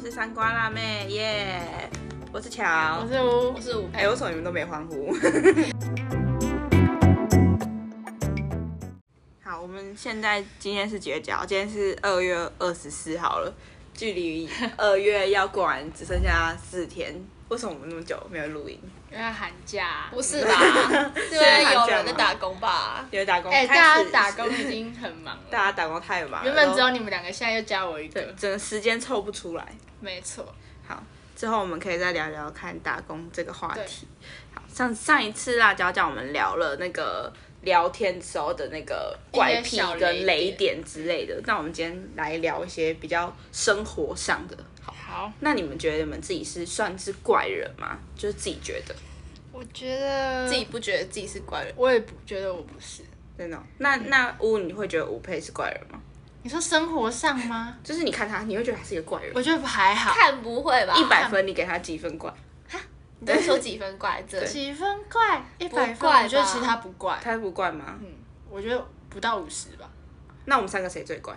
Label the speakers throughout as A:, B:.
A: 是三瓜辣妹耶我是乔。
B: 我是吴，
C: 我是五
A: 哎、为什么你们都没欢呼？ 好，我们现在今天是绝交，今天是二月二十四号了，距 离二月要过完只剩下四天。为什么我们那么久没有录音？
B: 因为寒假，
C: 不 是吧？是因为有人在打工吧？
A: 因为打工，
B: 哎、
A: 开始
B: 大家打工已经很忙了，
A: 大家打工太忙了，
B: 原本只有
A: 都
B: 你们两个，现在又加我一个，
A: 整个时间凑不出来。
B: 没错，
A: 好，之后我们可以再聊聊看打工这个话
B: 对
A: 题。好，上上一次辣椒酱我们聊了那个聊天时候的那个怪
B: 一些
A: 癖
B: 小
A: 跟雷
B: 雷
A: 点之类的，那我们今天来聊一些比较生活上的。好，
B: 好，
A: 那你们觉得你们自己是算是怪人吗？就是自己觉得
B: 我觉得
C: 自己不觉得自己是怪人，
B: 我也不觉得我不是，
A: 真的哦、那
B: 嗯
A: 那乌你会觉得吴佩是怪人吗？
B: 你说生活上吗？
A: 就是你看他，你会觉得他是一个怪人
B: 我。觉得还好，
C: 看不会吧？
A: 一百分，你给他几分怪？
C: 你在说几分怪？这
B: 几分怪，一百
C: 不
B: 分，
C: 怪吧
B: 我觉得其实他不怪，
A: 他不怪吗？
B: 嗯，我觉得不到五十吧，
A: 那我们三个谁最怪？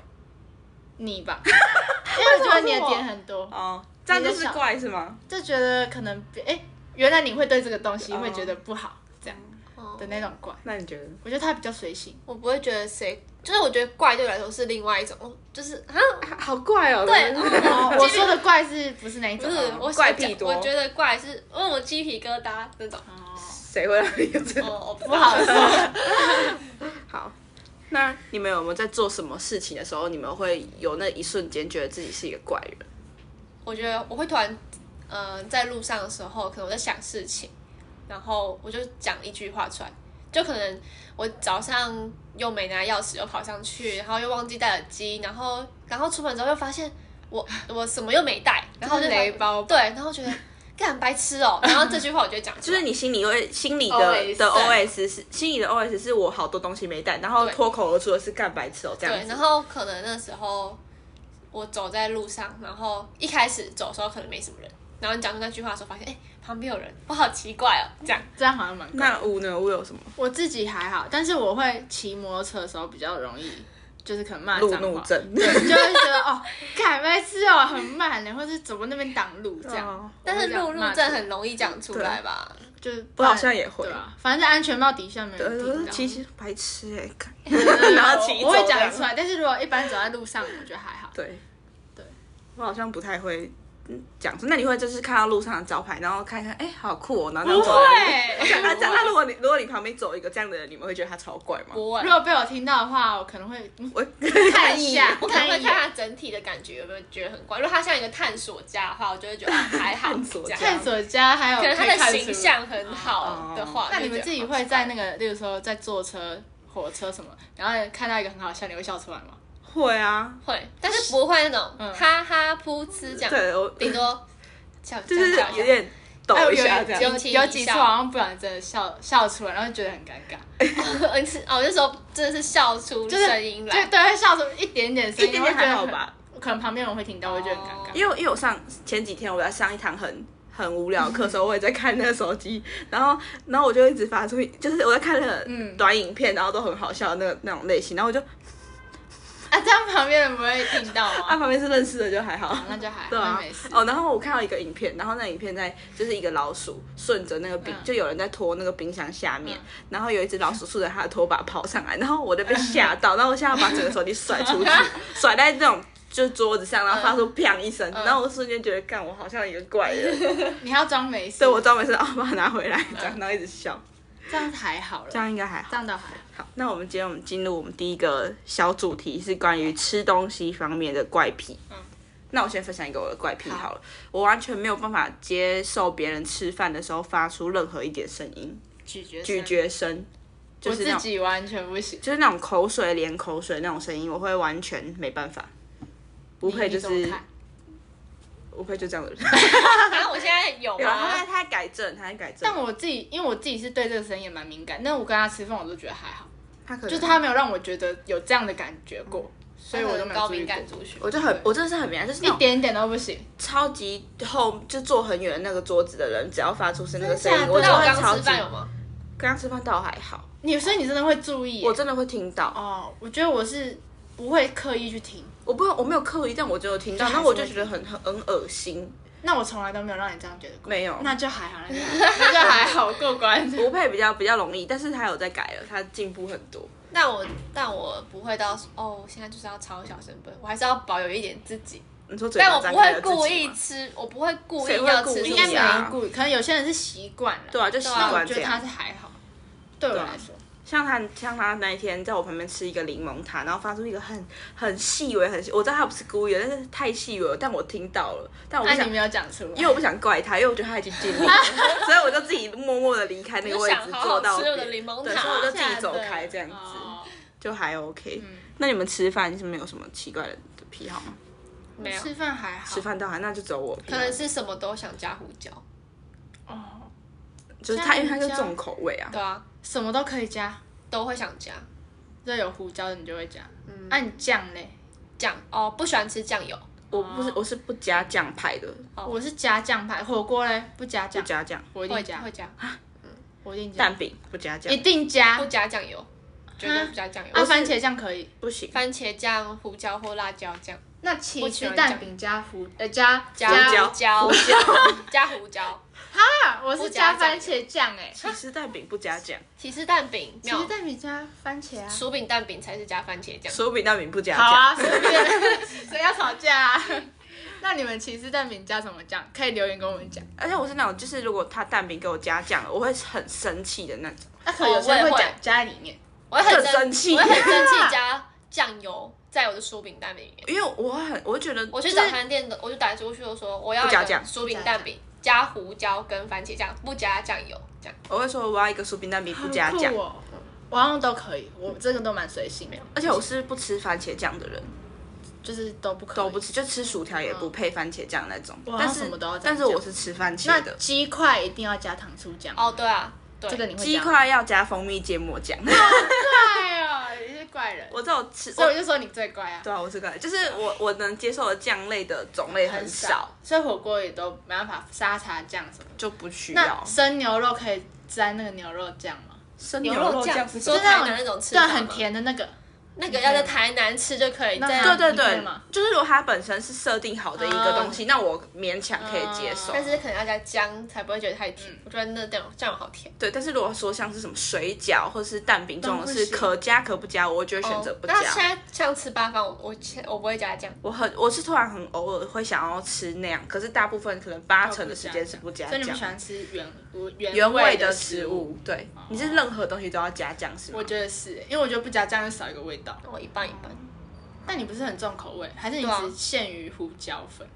B: 你 吧，因为我觉得你的点很多，
A: 哦，这样
B: 你的
A: 就是
B: 小
A: 怪是吗？
B: 就觉得可能别，哎、原来你会对这个东西会觉得不好，这样
C: 哦
B: 的那种怪，
A: 那你觉得？
B: 我觉得他比较随性。
C: 我不会觉得谁，就是我觉得怪对我来说是另外一种，就是啊，
A: 好怪哦！
C: 对，
A: 真的
B: 哦
C: 哦，
B: 我说的怪是不是那一
C: 不
B: 种？
C: 是
B: 哦
C: 我
A: 怪癖多
C: 我觉得怪是问我鸡皮疙瘩那种，
A: 谁会让你有这种？
C: 哦，我不
B: 不好
C: 好说，
B: 说。
A: 好，那你们有没有在做什么事情的时候，你们会有那一瞬间觉得自己是一个怪人？
C: 我觉得我会突然，呃，在路上的时候，可能我在想事情，然后我就讲一句话出来，就可能我早上又没拿钥匙，又跑上去，然后又忘记带耳机，然后然后出门之后又发现我我什么又没带，然后就
B: 这是雷包
C: 对，然后觉得干白痴哦、然后这句话我就会讲出
A: 就
C: 来，
A: 是你心里会心里的
B: OS
A: 的 OS 是心里的 OS 是我好多东西没带，然后
C: 对
A: 脱口而出的是干白痴哦这样
C: 对，
A: 子。
C: 然后可能那时候我走在路上，然后一开始走的时候可能没什么人，然后你讲出那句话的时候，发现哎、旁边有人，我好奇怪哦、这样。
B: 这样好像蛮怪。
A: 那五呢？五有什么？
B: 我自己还好，但是我会骑摩托车的时候比较容易，就是可 能骂脏
A: 路怒
B: 话，
A: 症。
B: 对，就会觉得哦，凯白痴哦，很慢呢，或是走过那边挡路这样。
A: 哦
C: 但是路怒症很容易讲出
A: 对
C: 来吧？
B: 就是
A: 我好像也会
B: 对啊，反正在安全帽底下没人听
A: 呃，
B: 到。
A: 其实白痴哎、 干
B: 对
A: 然后骑
B: 我我会
A: 走这
B: 讲
A: 样
B: 出来，但是如果一般走在路上，我觉得还好。
A: 对
B: 对，
A: 我好像不太会嗯讲出。那你会就是看到路上的招牌，然后看一看，哎、好酷哦，然后这样走来
B: 不
A: 我
B: 会
A: 想啊他这 样，那如果你如果你旁边走一个这样的人，你们会觉得他超怪吗？
C: 不会
B: 如，果被我听到的话，我可能会嗯
A: 我
B: 看 一下，
C: 我可能会
B: 一
C: 看
B: 眼。
C: 他整体的感觉有没有觉得很怪。如果他像一个探索家的话，我就会觉 得啊还好
A: 探索
C: 这样。
A: 家
B: 探索家还有
C: 可能他的
B: 可以看
C: 形
B: 书
C: 象很好的话，
B: 那你
C: 就
B: 们
C: 觉得
B: 自己
C: 好
B: 会
C: 奇
B: 在
C: 怪
B: 那个，例如说在坐车、火车什么，然后看到一个很好笑，你会笑出来吗？
A: 会啊，
C: 会，但是不会那种
B: 嗯
C: 哈哈噗嗤这样，
A: 对我
C: 顶多笑
A: 就
C: 这
A: 是
C: 样
A: 有
C: 笑一下。
A: 点抖一下这
B: 有
A: 样。
B: 有
C: 引起
B: 有
C: 你
B: 几次
C: 笑
B: 哎我好像不小心真的笑笑出来，然后觉得很尴尬，
C: 嗯是哦，那时候真的是笑出
B: 就是
C: 声音
B: 就
C: 来，
B: 对，会笑出一点点声
A: 一
B: 音，
A: 点
B: 我会
A: 点
B: 觉得
A: 还好
B: 很
A: 吧，
B: 可能旁边人会听到，我会觉得很尴
C: 哦
B: 尬。
A: 因为因为我上前几天我在上一堂很很无聊的课的时候，我也在看那个手机，然后然后我就一直发出，就是我在看那个
B: 嗯
A: 短影片，然后都很好笑的那个那种类型，然后我就
B: 啊，这样旁边人不会听 到
A: 啊
B: 吗？
A: 旁边是认识的就还好
B: 啊。那就还好，
A: 对
B: 那
A: 啊
B: 没事，。
A: 哦，然后我看到一个影片，然后那影片在就是一个老鼠顺着那个冰，
B: 嗯
A: 就有人在拖那个冰箱下面，
B: 嗯
A: 然后有一只老鼠顺着它的拖把跑上来，然后我就被吓到，然后我现在把整个手机甩出去， 甩在那种就是桌子上，然后发
B: 嗯
A: 出砰一声，然后我瞬间觉得，干，我好像一个怪人，
B: 你还要装没事，
A: 所以我专门是哦把它拿回来，这样，然后一直笑，
B: 这样还好了，
A: 这样应该还好
B: 嗯这。样倒还好。
A: 好，那我们今天我们进入我们第一个小主题是关于吃东西方面的怪癖。
B: 嗯
A: 那我先分享一个我的怪癖好了，我完全没有办法接受别人吃饭的时候发出任何一点声音，
B: 咀嚼
A: 咀
B: 咀，
A: 嚼声，就
B: 我
A: 是那
B: 自
A: 种
B: 己完全不行。
A: 就是那种口水连口水那种声音，我会完全没办法。吴佩就
B: 你你怎么
A: 是
B: 看
A: 吴佩就这样 的人，
C: 然后我现在有
A: 有啊他
C: 吗？
A: 他在改正，他在改正，
B: 但我自己，因为我自己是对这个声音也蛮敏感，但我跟他吃饭，我都觉得还好，
A: 他可能
B: 就是他没有让我觉得有这样的感觉过，所以我都没有
C: 高
B: 注意
C: 敏
B: 过
C: 感，族群，
A: 我就很我真的是很敏感，就是那
B: 一
A: 种
B: 点点都不行。
A: 超级后就坐很远的那个桌子的人，只要发出是那个声音，
B: 真的
A: 我
B: 假
A: 就
B: 的
C: 那我
A: 会
C: 刚
A: 超
C: 吃
A: 级
C: 饭有吗？
A: 刚吃饭倒还好，
B: 你所以你真的会注意耶、
C: 哦
A: 我真的会听到。
B: 哦，我觉得我是不会刻意去听。
A: 我不知道我没有刻意，但我就有听到，
B: 就还
A: 那
B: 是
A: 我就觉得很很很恶心。
B: 那我从来都没有让你这样觉得过，
A: 没有，
B: 那就还好，那就还好那就还好过 关。
A: 不配比较比较容易，但是他有在改了，他进步很多。
C: 但我但我不会到哦，我现在就是要超小成本，我还是要保有一点自己，
A: 你说嘴
C: 但
A: 巴
C: 我
A: 张
C: 不
A: 开
C: 会
A: 了
C: 故
A: 自己
C: 意
A: 吗
C: 吃，我不会故
A: 谁
C: 意
A: 会
C: 要
A: 故
C: 吃
A: 意
C: 出
B: 应
A: 啊
B: 该
C: 什
B: 没
A: 是啊
C: 么。
B: 人故意，可能有些人是习惯了。
A: 对啊，就习
C: 对啊
B: 但我
A: 惯
B: 觉
A: 这
B: 得他
A: 样
B: 是。还好，对我
A: 对啊
B: 来说，
A: 像他像他那一天在我旁边吃一个柠檬塔，然后发出一个很很细微很细，我知道他不是故意的，但是太细微了，但我听到了，但我不
B: 那
A: 想
B: 你没有讲出来，
A: 因为我不想怪他，因为我觉得他已经尽 力了，所以我就自己默默的离开那个
C: 我
A: 位置
C: 想，好
A: 坐
C: 好
A: 到
C: 吃我的
A: 边
C: 柠檬
A: 对，
C: 塔
A: 所以我就自己走
C: 吓得
A: 开，这样子、
B: 哦
A: 就还 OK。那你们吃饭是没有什么奇怪的癖好吗？
B: 嗯
C: 没有，
B: 吃饭还好，
A: 吃饭倒还那就走我癖好，
C: 可能是什么都想加胡椒，
B: 哦，
A: 就是他，因为他就
B: 像
A: 重口味啊。
C: 对啊，
B: 什么都可以加，
C: 都会想加
B: 就有胡椒的你就会加，嗯，按酱嘞，
C: 酱哦，不喜欢吃酱油，
A: 我不
B: 哦
A: 是我是不加酱派的，
C: 哦
B: 我是加酱派，火锅嘞不加
A: 不
B: 酱，
A: 加酱，
B: 我一
C: 会
B: 定加啊
C: 会，加，
B: 我一定加，
A: 蛋饼不加酱
B: 一，定加
C: 不，加酱油，绝对不加酱油。
B: 啊，
C: 我是
B: 番茄酱可以。
A: 不 行。
C: 番茄酱、胡椒或辣椒酱，
B: 那起
C: 我喜
B: 司
C: 欢
B: 蛋
C: 酱
B: 饼加胡呃加
A: 胡
C: 加
A: 椒
C: 胡椒、 加胡椒。
B: 啊，我是加番茄酱哎，
A: 起司蛋饼不加酱，
C: 起司蛋饼没
B: 起司
C: 有，
B: 蛋饼加番茄啊。
C: 薯饼蛋饼才是加番茄酱。
A: 手饼蛋饼不加
B: 好
A: 酱。
B: 啊，随便， 谁要吵架啊？ 那你们起司蛋饼加什么酱？可以留言跟我们讲。
A: 而且我是那种，就是如果他蛋饼给我加酱了，我会很生气的那种。
B: 那可能有些人
C: 我
B: 哦会
C: 也会
B: 加加在里面。
C: 我会很
A: 更生气
C: 我会很生 气加酱油在我的薯饼蛋饼里面。
A: 因为我很，我会觉得
C: 我去
A: 就是
C: 早餐店的，我就打出去就说我要
A: 不
C: 一
A: 加
C: 个
A: 酱
C: 薯饼蛋饼加胡椒跟番茄酱，不加酱油，这样
A: 我会说我要一个酥饼蛋饼不加
B: 好酷
A: 酱，
B: 哦，我好像都可以，我这个都蛮随性的，
A: 而且我是不吃番茄酱的人，
B: 就是都不可以
A: 都不。吃，就吃薯条也不配番茄酱那种。
B: 我好像
A: 但是
B: 嗯什么都要这
A: 但
B: 样
A: 是我是吃番
B: 那
A: 茄的，
B: 鸡块一定要加糖醋酱，
C: 哦，对啊，对，
B: 这个你会
A: 鸡
B: 加吗
A: 块要加蜂蜜芥末酱。
B: 怪哦，你是怪人，
A: 我这种吃，
B: 所 以
A: 我
B: 我就说你最怪啊，
A: 对啊，我是个，就是我我能接受的酱类的种类很少，，
B: 所以火锅也都没办法沙茶酱什么的。
A: 就不需
B: 那
A: 要。
B: 生牛肉可以沾那个牛肉酱吗？
A: 生
C: 牛
A: 肉
C: 肉酱
A: 是
C: 你
A: 什
C: 说
A: 么
B: 就那
C: 台南那种吃
B: 对，
C: 法
A: 啊
B: 很
C: 吗
B: 甜的那个。
C: 那个要在台南吃就可以，
B: 那
C: 在
A: 对对
B: 你可
A: 对
B: 以吗，
A: 就是如果它本身是设定好的一个东西，那我勉强可以接受。
C: 嗯但是可能要加姜才不会觉得太甜。我觉得那酱油酱油好甜。
A: 嗯对，但是如果说像是什么水饺或是蛋饼这种
B: 都不
A: 是
B: 行
A: 可加可不加，我就会选择不加。
C: 那现在像吃八方，我我我不会加酱，
A: 我很我是突然很偶尔会想要吃那样，可是大部分可能八成的时间是不加
B: 所以你们
A: 酱
B: 喜，欢吃原原
A: 原味
B: 的
A: 的食物。对，你是任何东西都要加酱是吗？
B: 我觉得是，因为我觉得不加酱就少一个味道。
C: 我一半一半，
B: 但你不是很重口味，还是你
C: 对啊
B: 只限于胡椒粉？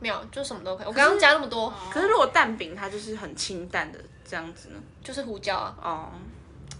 C: 没有就什么都可以。我刚刚加那么多，
A: 可是如果蛋饼它就是很清淡的这样子呢？
C: 就是胡椒啊，
A: 哦，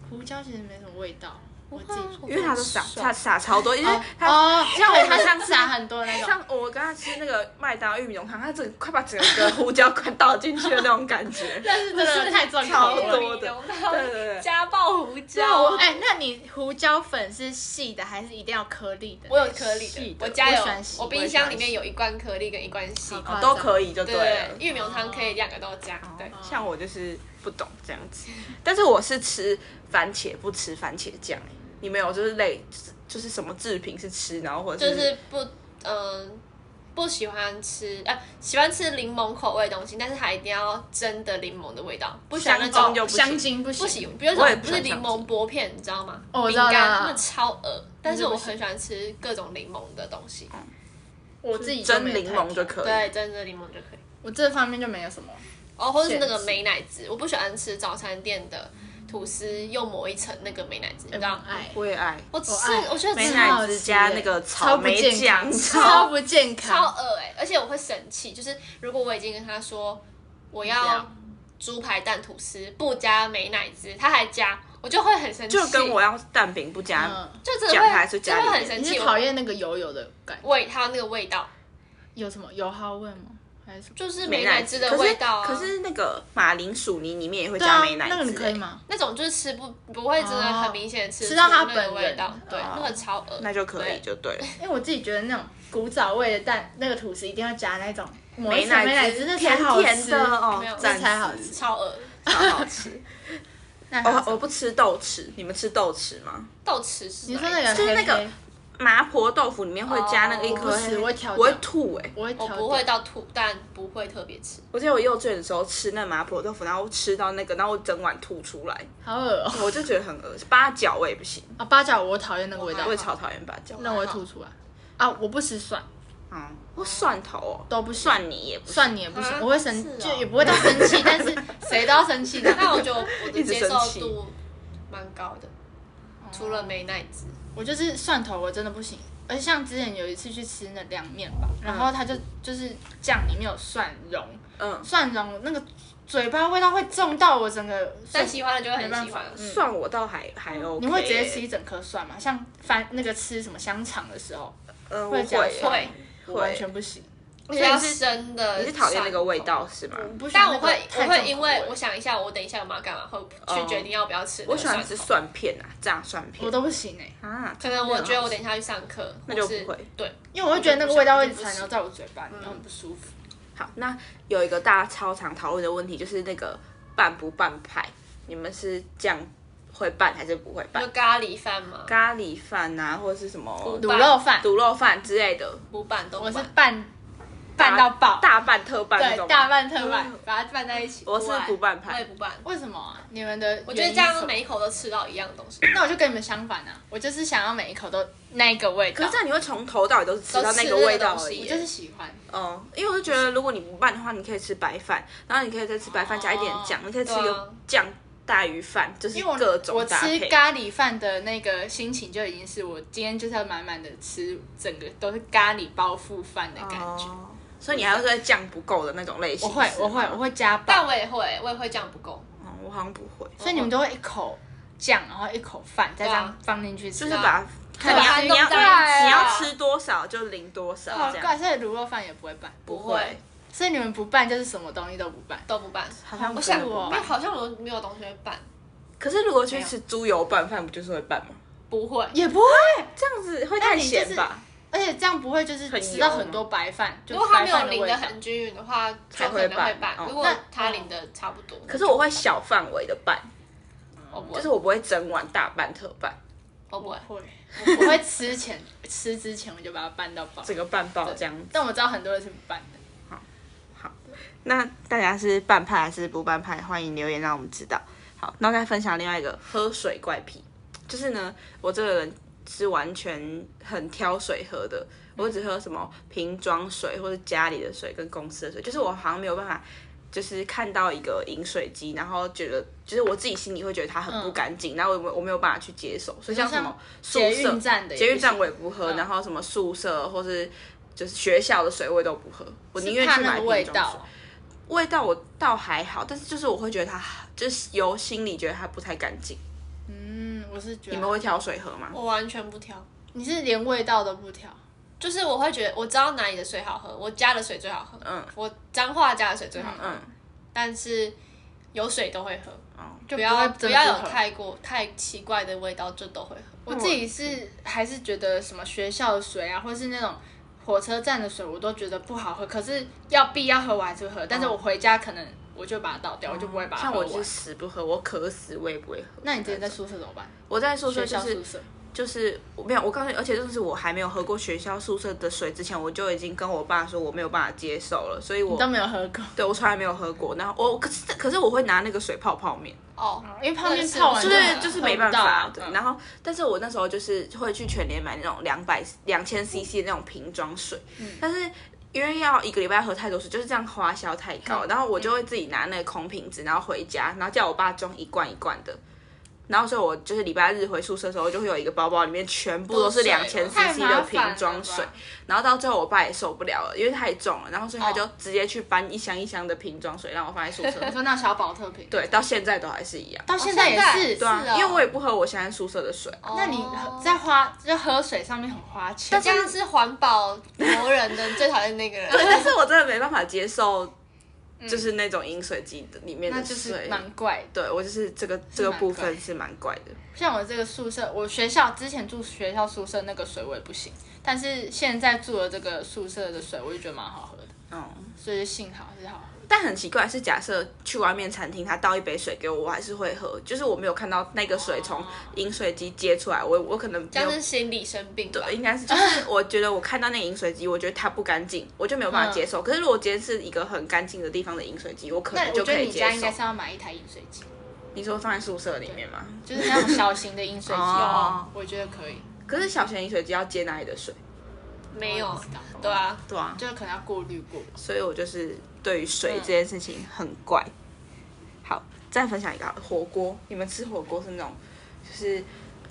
B: 胡椒其实没什么味道，我自己觉
A: 因为它都撒
C: 爽
A: 它撒超啊多，因为
B: 得。
A: 它
B: 哦
A: 像我
B: 它
A: 们
B: 像
A: 上
B: 撒啊很多那种，
A: 像我刚才吃那个麦当劳玉米浓汤，它整个快把整个胡椒快倒进去的那种感觉。
B: 但是真的太重口
A: 超
B: 味
A: 多
B: 了。
A: 的 对对对
C: 加爆胡椒
A: 对我。
B: 哎、那你胡椒粉是细的还是一定要颗粒的？
C: 我有颗粒
B: 细
C: 的，
B: 的
C: 我家有
B: 我喜欢，细
C: 我冰箱里面有一罐颗粒跟一罐细
B: 好啊哦
C: 的。
B: 夸张
A: 哦都可以就
C: 对
A: 对了。
C: 玉米浓汤可以两个都加，对。
A: 像我就是不懂这样子，但是我是吃番茄不吃番茄酱、欸。你们有就是类就是就是什么制品是吃，然后或者
C: 就是不，嗯、不喜欢吃，呃，喜欢吃柠檬口味的东西，但是它一定要真的柠檬的味道，不喜欢那
A: 香
C: 种
A: 精就不行
B: 香精不行，
C: 不喜，比如
A: 我
C: 说
A: 也不
C: 不
A: 喜欢
C: 是柠檬薄片，你知道吗？
B: 哦我知
C: 饼
B: 道
C: 干
B: 知道
C: 那超恶，但是
B: 那就
C: 我
B: 不嗯行
C: 很喜欢吃各种柠檬的东西，
B: 我自己就
A: 蒸
B: 没有
A: 柠檬就可以。
B: 太挑
C: 对，真的柠檬就可以。
B: 我这方面就没有什么。
C: 哦，或者是那个
B: 限制
C: 美乃滋，我不喜欢吃早餐店的吐司又抹一层那个美乃滋，你知道？
B: 爱
A: 我也爱
C: 我吃
B: 我哦爱，
C: 我觉得
A: 美
C: 吃
A: 乃滋加那个草莓酱
B: 超不健
C: 超
B: 康，
C: 恶哎、而且我会生气，就是如果我已经跟他说我
B: 这
C: 要
B: 样
C: 猪排蛋吐司不加美乃滋，他还加，我就会很生气，
A: 就跟我要蛋饼不加，
B: 嗯，
C: 就真的
A: 讲还
C: 会
A: 是
C: 就
A: 加里
C: 会
A: 面
C: 很生
B: 你
C: 气，
B: 是
C: 我
B: 讨厌那个油油的感觉，
C: 味它那个味道，
B: 有什么油耗味吗？还是什么？
C: 就是
A: 美
C: 美乃滋的
A: 可是
C: 味道啊。
A: 可是那个马铃薯泥里面也会
B: 对
A: 加
B: 啊
A: 美，乃滋、欸
B: 那个你可以？吗？
C: 那种就是吃不不会真的很明显地吃
B: 哦
C: 出
B: 吃到它
C: 那个
B: 本人
C: 味道，对，
A: 哦
C: 那个超恶，
A: 那就可以
C: 对
A: 就对了。
B: 因为我自己觉得那种古早味的蛋，那个吐司一定要加那种抹一
A: 美
B: 层美乃滋，
A: 滋
B: 那才
A: 甜
B: 好
A: 甜
B: 吃
A: 的。哦
C: 没有，
A: 赞
B: 那才好
A: 死
C: 超恶。
A: 超好 吃。呃
B: 那还有
A: 我
B: 什么
A: 我不吃豆豉，你们吃豆豉吗？
C: 豆豉是
B: 你
C: 哪
B: 说
C: 一
B: 那个
C: 种
A: 就是
B: 黑
A: 那个
B: 黑
A: 麻婆豆腐里面会加那个一
B: 哦我不
A: 颗黑
B: 吃，
A: 黑，
B: 我会挑
A: 我会
B: 掉
A: 吐哎、
B: 我会挑
C: 我
B: 掉，
C: 不会到吐，但不会特别吃。
A: 我记得我幼稚园的时候吃那麻婆豆腐，然后吃到那个，然后我整碗吐出来，
B: 好恶哦、
A: 我就觉得很恶心。八角我也不行，
B: 啊，八角我讨厌那个味道
A: 我，也超讨厌八角。
B: 那我会吐出来。啊，我不吃蒜，
A: 嗯，我蒜头哦，
B: 都不行，
A: 蒜泥也不行
B: 蒜你也不行
C: 啊，
B: 我会生
C: 是哦，
B: 就也不会到生气，但是谁都要生气 的。
C: 但我觉得我的
A: 一直
C: 接受
A: 生气
C: 度蛮高的，除了美乃滋。
B: 我就是蒜头，我真的不行。而且像之前有一次去吃那凉面吧，然
C: 嗯
B: 后它就就是酱里面有蒜蓉，
A: 嗯，
B: 蒜蓉那个嘴巴味道会重到我整个
C: 但
B: 蒜。
C: 喜欢的就会
B: 没
C: 很
B: 办
C: 喜
B: 法
C: 欢。
A: 蒜我倒还还 OK。
B: 你会直接吃？一整颗蒜吗？像翻那个吃什么香肠的时候，
A: 嗯，我
B: 会加
A: 会
B: 蒜
A: 欸，
B: 我
C: 会，
B: 完全不行。
C: 比较生的。
A: 你是讨厌那个味？道是吗？
B: 我不喜欢
C: 但我
B: 那个
C: 会，
B: 太
C: 我
B: 重
C: 会因
B: 口味
C: 为我想一下，我等一下我们要干嘛，会去决定要不要
A: 哦
C: 吃。
A: 我喜欢吃，蒜片啊，炸蒜片
B: 我都不行哎、
A: 啊。
C: 可能我觉得我等一下去上课，
A: 那就
C: 或是
A: 不会
C: 对，
B: 因为我会觉得那个味道会一直
C: 我就不
B: 残
C: 行
B: 留在我嘴巴里面，很不舒服。
A: 好，那有一个大家超常讨论的问题就是那个拌不拌派，你们是酱会拌还是不会
C: 就
A: 拌？
C: 咖喱饭嘛，
A: 咖喱饭啊，或者是什么
C: 嗯
B: 卤肉饭，
A: 卤肉饭之类的，
C: 不拌都
B: 我
C: 拌
B: 是拌拌到爆，
A: 大拌特拌那
B: 对，
A: 种。
B: 大。拌特拌
A: 嗯，
B: 把它拌在一起。
A: 我是不拌
C: 我
A: 派
C: 也，不拌。
B: 为什么啊？你们的
C: 我觉得
B: 原因
C: 这样
B: 是什么
C: 每一口都吃到一样的东西，
B: 那我就跟你们相反啊，我就是想要每一口都那一个味
A: 可
B: 道
A: 是这，样你会从头到尾都是吃到那个
C: 都吃
A: 味道
C: 那个东
A: 而
C: 西
A: 已
B: 我。就是喜欢。
A: 嗯，因为我就觉得，如果你不拌的话，你可以吃白饭，然后你可以再吃白饭加一点酱，你可以吃一
C: 对
A: 个
C: 啊
A: 酱大鱼饭，就是
B: 哦因为我
A: 各种
B: 我
A: 搭
B: 吃
A: 配。
B: 咖喱饭的那个心情就已经是我今天就是要满满的吃，整个都是咖喱包覆饭的感觉。
A: 哦，所以你还会在酱不够的那种类型
B: 我会
A: 是吗
B: 我会我会加
C: 但
B: 爆，
C: 我也会，我也会酱不够，
A: 嗯我好像不会，
B: 所以你们都会一口酱，然后一口饭，再这
C: 对
B: 样
C: 啊
B: 放进去吃。
A: 就是把看你
C: 把
A: 要
C: 它
A: 你
C: 弄
A: 要
C: 在
B: 一起
A: 你要吃多少就淋多少
B: 好
A: 这样，
B: 哦怪，所以卤肉饭也不会拌，
A: 不
C: 不会
A: 会，
B: 所以你们不拌就是什么东西都不拌。
C: 都不拌。
A: 好像
C: 我
A: 不
C: 想，
A: 像
B: 酷哦
C: 因为好像我没有东西会拌，
A: 可是如果去吃猪油拌饭，不就是会拌吗？
C: 不会。
B: 也不会，
A: 这样子会
B: 那
A: 太
B: 你就
A: 咸
B: 是
A: 吧？
B: 而且这样不会就是
A: 很
B: 吃
A: 油
B: 到
A: 吗
B: 很多白饭，就
C: 如果它
B: 白
C: 没有
B: 饭的
C: 淋
B: 味
C: 的
B: 道。
C: 很均匀的话，
A: 才
C: 就
A: 会
C: 可能会
A: 拌
C: 拌
A: 哦。
C: 如果
B: 那
C: 它淋的差不多，
A: 可是我会小范围的拌，
C: 我不
A: 就
C: 会
A: 是，我不会整碗大拌特拌，
C: 我不会。
B: 会，我会吃前吃之前我就把它拌到爆。
A: 整个拌爆这样。
B: 但我知道很多人是不拌的。
A: 那大家是拌派还是不拌派？欢迎留言让我们知道。好，那我再分享另外一个喝水怪癖，就是呢，我这个人是完全很挑水喝的，我只喝什么瓶装水或者家里的水跟公司的水，就是我好像没有办法。就是看到一个饮水机，然后觉得就是我自己心里会觉得它很
B: 嗯
A: 不干净，然后我没有我没有办法去接受，所以像什么宿
B: 捷
A: 舍
B: 运站的也不行
A: 捷运站我也不喝，
B: 嗯
A: 然后什么宿舍或是就是学校的水我也都不喝，我宁愿
B: 是怕
A: 去
B: 那
A: 买
B: 个
A: 瓶
B: 味
A: 装水
B: 道。。
A: 味道我倒还好，但是就是我会觉得它就是由心里觉得它不太干净。
B: 嗯，我是觉得
A: 你们会挑水喝吗？
B: 哦
C: 我完全不挑，
B: 你是连味道都不挑，
C: 就是我会觉得我知道哪里的水好喝，我家的水最好喝，
A: 嗯
C: 我彰化家的水最好喝，
A: 嗯，
C: 但是有水都会喝，
A: 哦，
B: 就
C: 不
B: 不
C: 要
B: 会
C: 不
B: 真的
C: 要有
B: 喝。
C: 太过太奇怪的味道，就都会喝。
B: 我自己是还是觉得什么学校的水啊，或是那种火车站的水，我都觉得不好喝。可是要必要喝，我还是会喝。但是我回家可能我就把它倒掉，我就不会把
A: 哦
B: 它
A: 像
B: 喝
A: 我就是
B: 完。
A: 死不喝，我渴死我也不会喝。
B: 那你之前在宿舍怎么办？
A: 我在宿舍
B: 学
A: 就
B: 校
A: 是
B: 宿舍，
A: 就是我没有，我告诉你，而且就是我还没有喝过学校宿舍的水之前，我就已经跟我爸说我没有办法接受了，所以我
B: 你都没有喝过，
A: 对我从来没有喝过。然后我可是可是我会拿那个水泡泡面。
C: 哦，
B: 因为泡面
C: 是
B: 泡完
C: 就
A: 对
C: 是，
A: 就是没办
B: 喝不到
A: 法
B: 啊。
A: 对，
B: 嗯
A: 然后，但是我那时候就是会去全联买那种两百、两千 CC 的那种瓶装水，
B: 嗯
A: 但是因为要一个礼拜喝太多水，就是这样花销太
B: 嗯
A: 高，然后我就会自己拿那个空瓶子，然后回家，然后叫我爸装一罐一罐的。然后，所以我就是礼拜日回宿舍的时候，就会有一个包包，里面全部都是两千
C: 都是
A: CC
B: 水
A: 的
B: 了
A: 瓶装水
B: 太麻烦了吧。
A: 然后到最后，我爸也受不了了，因为太重了，然后所以他就直接去搬一箱一箱的瓶装水让我放在宿舍。
B: 哦 你说那小宝特瓶，
A: 对，到现在都还是一样。
B: 到现在也是，
A: 对啊
C: 是，哦
A: 因为我也不喝我现在宿舍的水。
B: 那你在
A: 哦
B: 花就喝水上面很花钱，
C: 这样是环保国人的最讨厌那个
A: 对，
C: 人，
A: 但是我真的没办法接受，就是那种饮水机的里面
B: 那
A: 的
B: 就是
A: 水。
B: 蛮怪的。
A: 对我就是这个这个部分是蛮怪的。
B: 像哦我这个宿舍，我学校之前住学校宿舍那个水我也不行，但是现在住的这个宿舍的水我就觉得蛮好喝的，
A: 哦，
B: 所以就幸好是好喝的。
A: 但很奇怪是，假设去外面餐厅，他倒一杯水给我，我还是会喝，就是我没有看到那个
B: 哦
A: 水从饮水机接出来，我我可能没
C: 像
A: 有
C: 是 心理生病吧。
A: 对，应该是，就是我觉得我看到那个饮水机，我觉得它不干净，我就没有办
B: 嗯
A: 法接受。可是如果今天是一个很干净的地方的饮水机，我可
B: 那
A: 能
B: 我
A: 就
B: 觉
A: 可
B: 得
A: 以
B: 你
A: 接
B: 家应
A: 受
B: 该。是要买一台饮水机，
A: 你说放在宿舍里面吗？
B: 就是那种小型的饮水机，
A: 哦
B: 我觉得可以。
A: 可是小型饮水机要接哪里的水？
C: 没有
B: 我不知道，
C: 对啊，
A: 对啊，
B: 就是可能要过滤过。
A: 所以我就是对于水
B: 嗯
A: 这件事情很怪。好，再分享一个好了火锅，你们吃火锅是那种就是